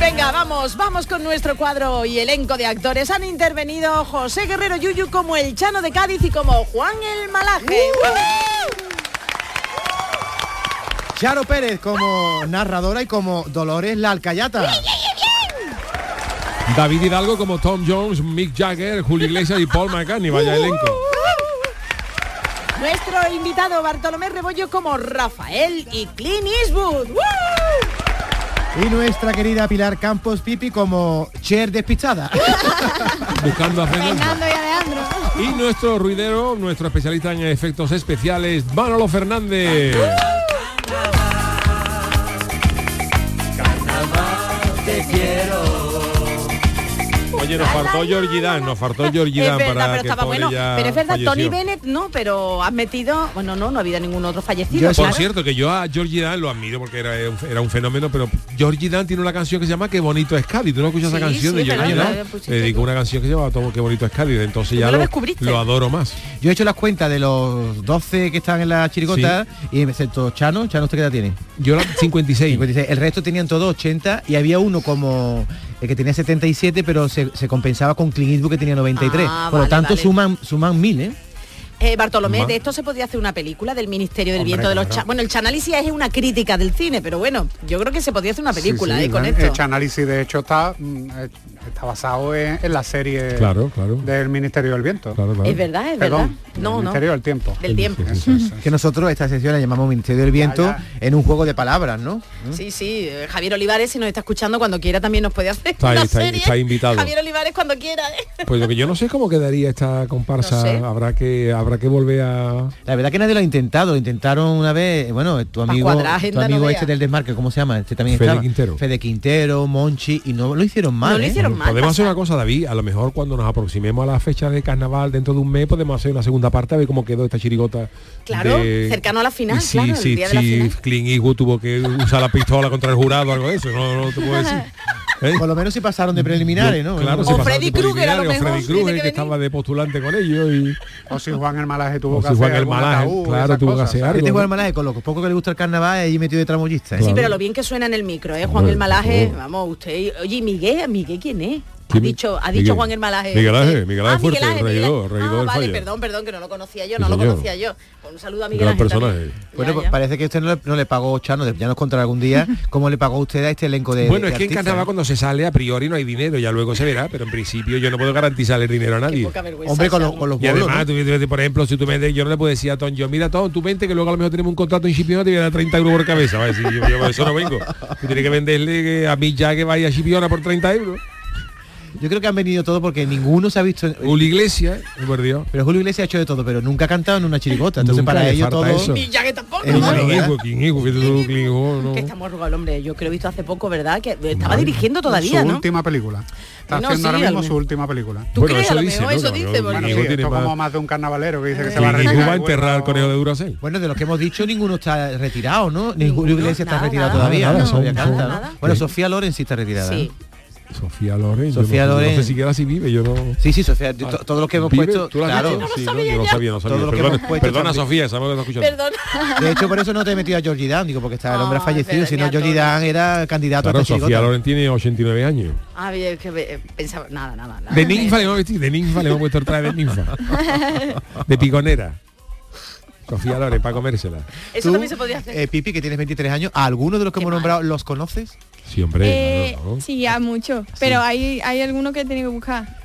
S7: Venga, vamos, vamos con nuestro cuadro y elenco de actores. Han intervenido José Guerrero Yuyu como el Chano de Cádiz y como Juan el Malaje.
S8: Charo Pérez como narradora y como Dolores la Alcayata.
S4: David Hidalgo como Tom Jones, Mick Jagger, Julio Iglesias y Paul McCartney. Vaya elenco.
S7: Nuestro invitado Bartolomé Rebollo como Rafael y Clint Eastwood. ¡Woo!
S8: Y nuestra querida Pilar Campos Pipi como Cher despichada.
S4: Buscando a Fernando.
S9: Fernando y Alejandro.
S4: Y nuestro ruidero, nuestro especialista en efectos especiales, Manolo Fernández.
S23: Te quiero.
S4: Oye, nos faltó Georgidán, nos faltó Georgidán
S7: es verdad,
S4: para
S7: pero
S4: que
S7: estaba
S4: pobre
S7: bueno.
S4: ya
S7: Pero es verdad, Tony
S4: falleció.
S7: Bennett no, pero has metido. Bueno, no, no ha habido ningún otro fallecido.
S4: Por
S7: claro.
S4: cierto, que yo a Georgie Dan lo admiro porque era un, era un fenómeno, pero Georgie Dan tiene una canción que se llama Qué bonito es Cádiz. ¿Tú no escuchas
S7: Sí,
S4: esa canción
S7: sí,
S4: de Georgie
S7: pero
S4: Dan?
S7: la pusiste
S4: Le dedicó una canción que se llama Todo Qué bonito es Cádiz. Entonces ya
S8: lo
S4: lo,
S8: descubriste.
S4: lo adoro más.
S8: Yo he hecho las cuentas de los 12 que están en la chirigota y excepto Chano, Chano, ¿usted qué edad tiene?
S4: Yo 56.
S8: El resto tenían todos 80 y había uno como el que tenía 77, pero se, se compensaba con Clint Eastwood que tenía 93.
S7: Ah,
S8: Por lo
S7: vale,
S8: tanto
S7: vale.
S8: suman suman mil, ¿eh?
S7: Eh, Bartolomé,
S8: Ma-
S7: de esto se podría hacer una película del Ministerio del
S8: Hombre,
S7: Viento de los
S8: claro.
S7: Cha- Bueno, el Chanálisis es una crítica del cine, pero bueno, yo creo que se podría hacer una película eh, con esto.
S3: El análisis de hecho está, mm, eh, está basado en, en la serie
S22: Claro, claro.
S3: del Ministerio del Viento.
S7: Es verdad, es
S3: Perdón,
S7: verdad.
S3: del
S7: No, no.
S3: Ministerio del Tiempo.
S7: Del tiempo.
S8: Que nosotros esta sesión la llamamos Ministerio del Viento en un juego de palabras, ¿no?
S7: Sí, sí, eh, Javier Olivares, si nos está escuchando cuando quiera, también nos puede hacer
S4: Está ahí,
S7: una
S4: está ahí,
S7: serie.
S4: está invitado.
S7: Javier Olivares cuando quiera. ¿eh?
S4: Pues lo que yo no sé es cómo quedaría esta comparsa. Habrá que habrá que volver a.
S8: La verdad que nadie lo ha intentado, lo intentaron una vez, bueno, tu amigo,
S7: cuadrar agenda
S8: tu amigo
S7: no
S8: este
S7: vea.
S8: del desmarque, ¿cómo se llama? Este también
S4: Fede
S8: estaba.
S4: Quintero.
S8: Fede Quintero, Monchi, y no lo hicieron mal. ¿eh?
S4: Podemos hacer una cosa, David. A lo mejor cuando nos aproximemos a la fecha de carnaval dentro de un mes, podemos hacer una segunda parte a ver cómo quedó esta chirigota.
S7: Claro,
S4: de-
S7: cercano a la final,
S4: Y si-
S7: claro, el
S4: si-
S7: día de la
S4: si
S7: final.
S4: Clint Eastwood tuvo que usar la pistola contra el jurado o algo de eso, no, no te puedo decir. ¿Eh?
S8: Por lo menos si pasaron de preliminares, ¿no?
S4: Claro, se
S8: o
S4: pasaron
S8: Freddy
S4: de
S8: Krueger a lo
S4: preliminares, o
S8: mejor.
S4: Freddy Krueger, que, estaba de postulante con ellos y
S3: O si Juan el Malaje tuvo
S4: O
S3: que
S4: si Juan
S3: hacer
S4: el
S3: algún
S4: Malaje,
S3: ataúd y
S4: claro,
S3: esas
S4: tuvo que
S3: cosas,
S4: hacer
S3: ¿sabes?
S8: Este juego del malaje, con lo poco que le gusta el carnaval, ahí metido de tramoyista. ¿eh?
S7: Sí, pero lo bien que suena en el micro, ¿eh? Juan
S8: Hombre,
S7: el Malaje,
S8: por favor.
S7: vamos, usted. Oye, ¿y Miguel, ¿Miguel quién es? Ha dicho, ha dicho
S24: Miguel-
S7: Juan el Malaje.
S24: Miguel Ángel,
S7: Sí.
S24: Miguel Ángel
S7: Ah,
S24: Fuerte,
S7: Miguel Ángel, Miguel
S24: regidor,
S7: Ángel.
S24: regidor
S7: Ah,
S24: del
S7: vale,
S24: Falla.
S7: perdón, perdón, que no lo conocía yo,
S24: Sí,
S7: no lo
S24: señor.
S7: conocía yo. Un saludo a Miguel
S24: Gran
S7: Ángel.
S24: personaje.
S7: también.
S8: Bueno, pues parece que usted no le, no le pagó Chano, ya nos contará algún día cómo le pagó usted a este elenco de
S4: Bueno,
S8: de
S4: es que en
S8: artistas.
S4: Carnaval cuando se sale a priori no hay dinero, ya luego se verá, pero en principio yo no puedo garantizar el dinero a nadie.
S8: Hombre, con, los- con los
S4: Y
S8: bolos,
S4: además,
S8: ¿no?
S4: tú- tú- tú, por ejemplo, si tú me de- yo no le puedo decir a Tom, yo mira Tom, tú vente que luego a lo mejor tenemos un contrato en Chipiona, te voy a dar 30 euros por cabeza. Va a decir, yo, yo por eso no vengo. Tú tienes que venderle que a mí ya que vaya a Chipiona por 30 euros.
S8: Yo creo que han venido todos porque ninguno se ha visto.
S4: Julio Iglesias, eh, por Dios.
S8: Pero Julio Iglesias ha hecho de todo, pero nunca ha cantado en una chirigota. Entonces
S4: Nunca
S8: para
S4: le
S8: ellos
S4: falta
S8: todo.
S4: eso.
S7: Y ya que tampoco.
S8: Es una
S4: Clin
S8: novedad.
S4: Eastwood, Clin Eastwood, que tú- Clin Eastwood, no.
S7: Que está muy arrugado el hombre, yo creo que lo he visto hace poco, ¿verdad? Que estaba dirigiendo todavía,
S3: Su
S7: ¿no?
S3: última película. Está
S7: Bueno,
S3: haciendo
S7: sí,
S3: ahora
S7: a lo
S3: mismo
S7: mejor.
S3: su última película.
S7: ¿Tú Bueno, crees? eso A lo dice, mejor ¿no? eso Claro, dice, porque-
S3: Bueno, sí,
S7: Diego tiene
S3: esto
S4: más-
S3: como más de un carnavalero que dice que se
S4: Clin
S3: va a
S4: Eastwood
S3: retirar.
S4: va a enterrar al conejo de Duracell.
S8: Bueno, de los que hemos dicho, ninguno está retirado, ¿no? Ni Julio Iglesias está retirado
S4: nada,
S8: todavía.
S4: nada,
S8: ¿no?
S4: son-
S8: Todavía canta,
S4: son-
S8: ¿no?
S4: nada.
S8: Bueno, Sofía Loren sí está retirada.
S4: Sí.
S8: ¿no?
S4: Sofía Loren. yo
S8: Sofía
S4: no, sé- No
S8: Loren.
S4: sé siquiera si vive, yo no.
S8: Sí, sí, Sofía, to- todo lo que hemos
S4: ¿Vive?
S8: puesto-
S4: ¿Tú la has
S8: claro.
S4: dicho?
S8: No lo
S4: Sí,
S8: sabía
S4: yo no
S8: ya.
S4: sabía, no sabía.
S8: Todo lo que
S4: Perdona,
S8: hemos puesto
S4: perdona,
S8: también.
S4: Sofía, sabemos que lo escuchando.
S7: Perdón.
S8: De hecho, por eso no te he metido a Georgie Dan, digo, porque está el hombre
S4: Ah,
S8: ha fallecido, si no Georgie Dan era candidato a
S4: Claro,
S8: esta
S4: Sofía
S8: chirigota.
S4: Loren tiene 89 años.
S7: Ah, bien, que eh, pensaba, nada, nada, nada.
S4: De ninfa le hemos vestido, de ninfa le hemos puesto el traje de ninfa. De piconera. Sofía Loren, para comérsela.
S7: Eso
S8: Tú,
S7: también se podría hacer.
S8: eh, Pipi, que tienes 23 años, ¿a alguno de los que hemos nombrado los conoces?
S4: Sí, hombre.
S9: Eh, sí, ya mucho. Pero hay, hay alguno que he tenido que buscar.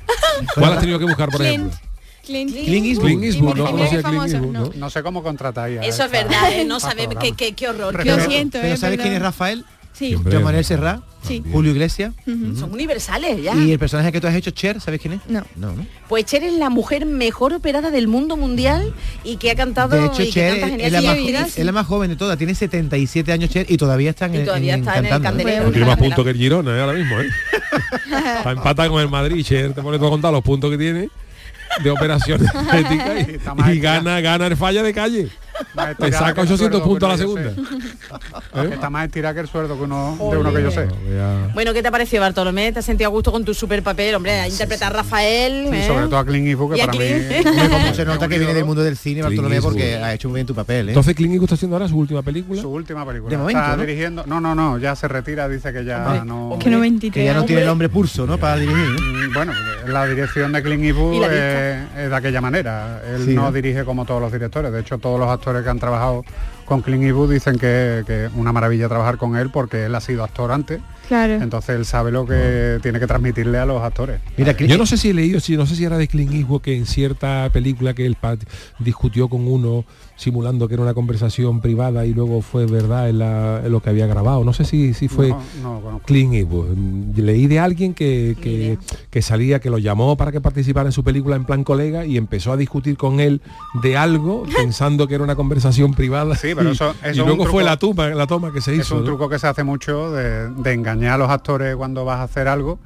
S4: ¿Cuál has tenido que buscar, por
S9: Clint.
S4: ejemplo?
S9: Clint,
S4: Clint Eastwood. Clint Eastwood, no
S9: Primero
S4: conocía a
S9: que
S4: Clint
S9: famoso,
S4: Eastwood,
S9: no.
S4: ¿no?
S3: No sé cómo contratáis.
S7: Eso es verdad, ¿eh? no sabe
S3: programa.
S7: qué, qué, qué horror.
S3: Respeto.
S7: qué horror.
S9: siento,
S8: Pero
S9: es
S8: ¿sabes
S9: verdad.
S8: quién es Rafael?
S9: Sí.
S8: Joan Manuel Serrat,
S9: Sí.
S8: Julio Iglesias.
S7: Son universales ya.
S8: Y el personaje que tú has hecho, Cher, ¿sabes quién es?
S9: No.
S8: No, ¿no?
S7: Pues Cher es la mujer mejor operada del mundo mundial y que ha cantado
S8: De hecho,
S7: y que
S8: Cher
S7: canta
S8: es,
S7: genial.
S8: la
S7: Sí,
S8: más,
S7: mira,
S8: es
S7: sí.
S8: la más joven de todas, tiene 77 años Cher y todavía está en,
S7: Y todavía
S8: en-
S7: está en el
S8: cantando, ¿eh?
S7: candelero.
S4: No tiene más puntos que el Girona eh, ahora mismo, ¿eh? Está empatado con el Madrid, Cher, te pone todo a contar los puntos que tiene de operaciones estéticas y, y gana, gana el falla de calle. Le
S3: estirada que
S4: saca
S3: el
S4: 800
S3: sueldo que
S4: puntos a la
S3: uno
S4: segunda.
S3: yo Está más estirada que el sueldo que
S7: Oh,
S3: uno, de uno que yo sé.
S7: Bueno, ¿qué te ha parecido Bartolomé? ¿Te has sentido a gusto con tu super papel? Hombre, a interpretar a Rafael.
S3: Y
S7: ¿eh?
S3: sobre todo a Clint Eastwood, que
S7: Y a
S3: para mí...
S7: Clint.
S8: Hombre, como se nota que viene del mundo del cine,
S4: Clint
S8: Bartolomé, porque
S4: Eastwood.
S8: ha hecho muy bien tu papel, ¿eh?
S4: Entonces, Clint Eastwood está haciendo ahora su última película.
S3: Su última película.
S8: De momento,
S3: Está
S8: ¿no?
S3: dirigiendo... No, no, no, ya se retira, dice que
S4: Ah,
S3: ya
S8: Hombre,
S3: no...
S8: hombre, Que no 23, que ya no tiene hombre. nombre pulso, ¿no? Para dirigir,
S3: Bueno, la dirección de Clint Eastwood
S8: Y la
S3: eh, es, de aquella manera. Él
S8: Sí,
S3: no,
S8: ¿no?
S3: dirige como todos los directores. De hecho, todos los actores que han trabajado con Clint Eastwood dicen que que es una maravilla trabajar con él porque él ha sido actor antes.
S9: Claro.
S3: Entonces él sabe lo que tiene que transmitirle a los actores.
S4: yo no sé si he leído, si no sé si era de Clint Eastwood que en cierta película que él pa- discutió con uno simulando que era una conversación privada y luego fue verdad en, la- en lo que había grabado. No sé si, si fue
S3: No, no lo conozco.
S4: Clint Eastwood. Mm, Leí de alguien que, que, que salía, que lo llamó para que participara en su película en plan colega y empezó a discutir con él de algo pensando que era una conversación privada.
S3: Sí, pero
S4: Y-
S3: eso- eso
S4: y
S3: es un
S4: luego fue
S3: truco-
S4: la toma, la toma que se hizo.
S3: Es un
S4: ¿no?
S3: truco que se hace mucho de, de engañar a los actores cuando vas a hacer algo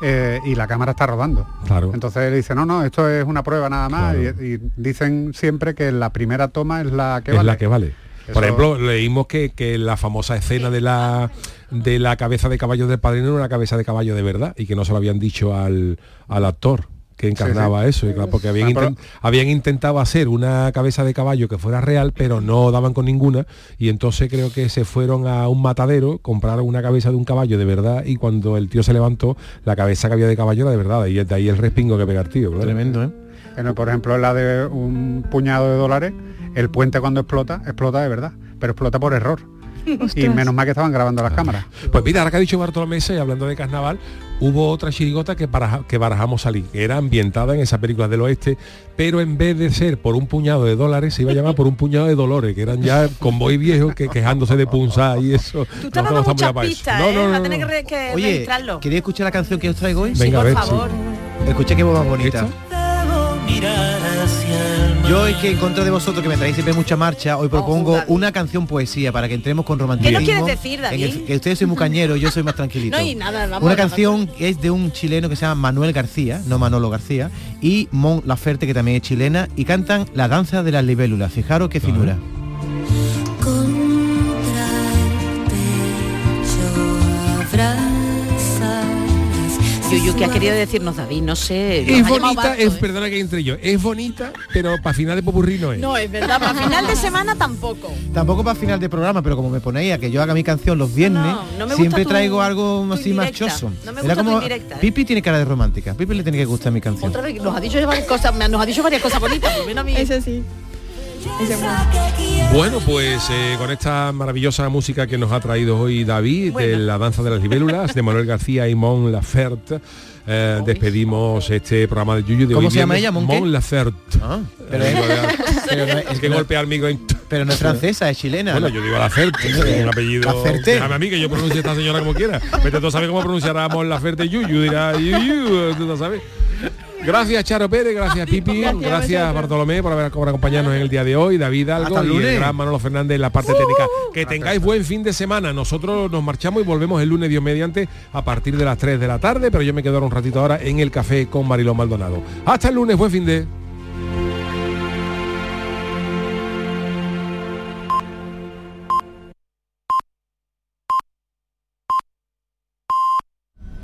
S3: eh, y la cámara está rodando.
S4: Claro.
S3: Entonces él dice, no, no, esto es una prueba nada más. Y, y dicen siempre que la primera toma es la que
S4: es
S3: vale.
S4: la que vale.
S3: Eso-
S4: Por ejemplo, leímos que, que la famosa escena de la de la cabeza de caballo del padrino era una cabeza de caballo de verdad y que no se lo habían dicho al, al actor que encarnaba
S3: sí.
S4: eso, y claro, porque habían,
S3: Ah, pero-
S4: inten- habían intentado hacer una cabeza de caballo que fuera real, pero no daban con ninguna, y entonces creo que se fueron a un matadero, compraron una cabeza de un caballo de verdad, y cuando el tío se levantó, la cabeza que había de caballo era de verdad, y de ahí el respingo que pega el tío.
S8: Tremendo, ¿eh?
S3: Bueno, por ejemplo, la de un puñado de dólares, el puente cuando explota, explota de verdad, pero explota por error. Y
S4: Ostras.
S3: menos mal que estaban grabando las cámaras.
S4: Pues mira, ahora que ha dicho Bartolomé y hablando de carnaval, hubo otra chirigota que, baraja- que barajamos salir, que era ambientada en esa película del oeste, pero en vez de ser por un puñado de dólares, se iba a llamar por un puñado de dolores, que eran ya convoy viejos que quejándose de punzar y eso.
S7: Tú estás
S4: Nosotros
S7: dando
S4: estamos ya
S7: muchas
S4: pa' eso.
S7: pistas,
S4: No,
S7: ¿eh?
S4: no, no,
S7: Va a
S4: no.
S7: tener que, re- que
S8: Oye,
S7: registrarlo.
S8: ¿queréis escuchar la canción que os traigo hoy?
S4: Sí, Venga, a
S8: por
S4: por ver, sí.
S8: favor.
S4: favor.
S8: Escuché que voz más bonita. Yo hoy que en contra de vosotros que me traéis siempre mucha marcha, hoy
S7: Oh,
S8: propongo una canción poesía para que entremos con romanticismo.
S7: quieres decir,
S8: en el-
S7: David?
S8: que ustedes soy muy cañero, yo soy más tranquilito.
S7: No, y nada, vamos
S8: Una
S7: a la
S8: canción que es de un chileno que se llama Manuel García, no Manolo García, y Mon Laferte, que también es chilena, y cantan La danza de las libélulas. Fijaros qué finura.
S25: Contra el pecho abrazarás
S7: yuyu que ha querido decirnos David, no sé. nos ha
S4: Es
S7: llamado
S4: bonita,
S7: Barto,
S4: es,
S7: ¿eh?
S4: perdona que entre yo, es bonita, pero para final de popurrí no es.
S7: No, es verdad, para final de semana tampoco.
S2: Tampoco para final de programa, pero como me ponéis a que yo haga mi canción los viernes,
S7: No, no me
S2: siempre
S7: gusta tu-
S2: traigo algo
S7: tu
S2: así
S7: indirecta.
S2: marchoso.
S7: No me
S2: Era
S7: gusta tu
S2: como-
S7: indirecta, ¿eh?
S2: Pipi tiene cara de romántica. Pipi le tiene que gustar mi canción.
S7: Otra vez nos ha dicho varias cosas, nos ha dicho varias cosas bonitas, por lo menos a mí. Eso
S9: sí.
S4: Bueno, pues eh, con esta maravillosa música que nos ha traído hoy David de la danza de las libélulas de Manuel García y Mon Laferte, eh, despedimos este programa de Yuyu de
S2: ¿Cómo
S4: hoy
S2: se llama
S4: viernes.
S2: ella? ¿Mon qué?
S4: Mon Laferte.
S2: pero
S4: Eh,
S2: es-
S4: golpea-
S2: pero no-
S4: es que golpea al micro.
S2: Pero no es francesa, es chilena.
S4: Bueno, yo digo Laferte, es un apellido.
S2: Laferte.
S4: Déjame a mí que yo pronuncie a esta señora como quiera. Pero tú sabes cómo pronunciará Mon Laferte Yuyu, dirá Yuyu, tú lo sabes. Gracias Charo Pérez, gracias Pipi, gracias, Bartolomé por haber por acompañarnos en el día de hoy, David Algo
S2: Hasta el
S4: y el
S2: lunes. Uh-huh.
S4: gran Manolo Fernández en la parte técnica. Que tengáis buen fin de semana. Nosotros nos marchamos y volvemos el lunes Dios mediante a partir de las 3 de la tarde, pero yo me quedo ahora un ratito ahora en el café con Marilón Maldonado. Hasta el lunes, buen fin de.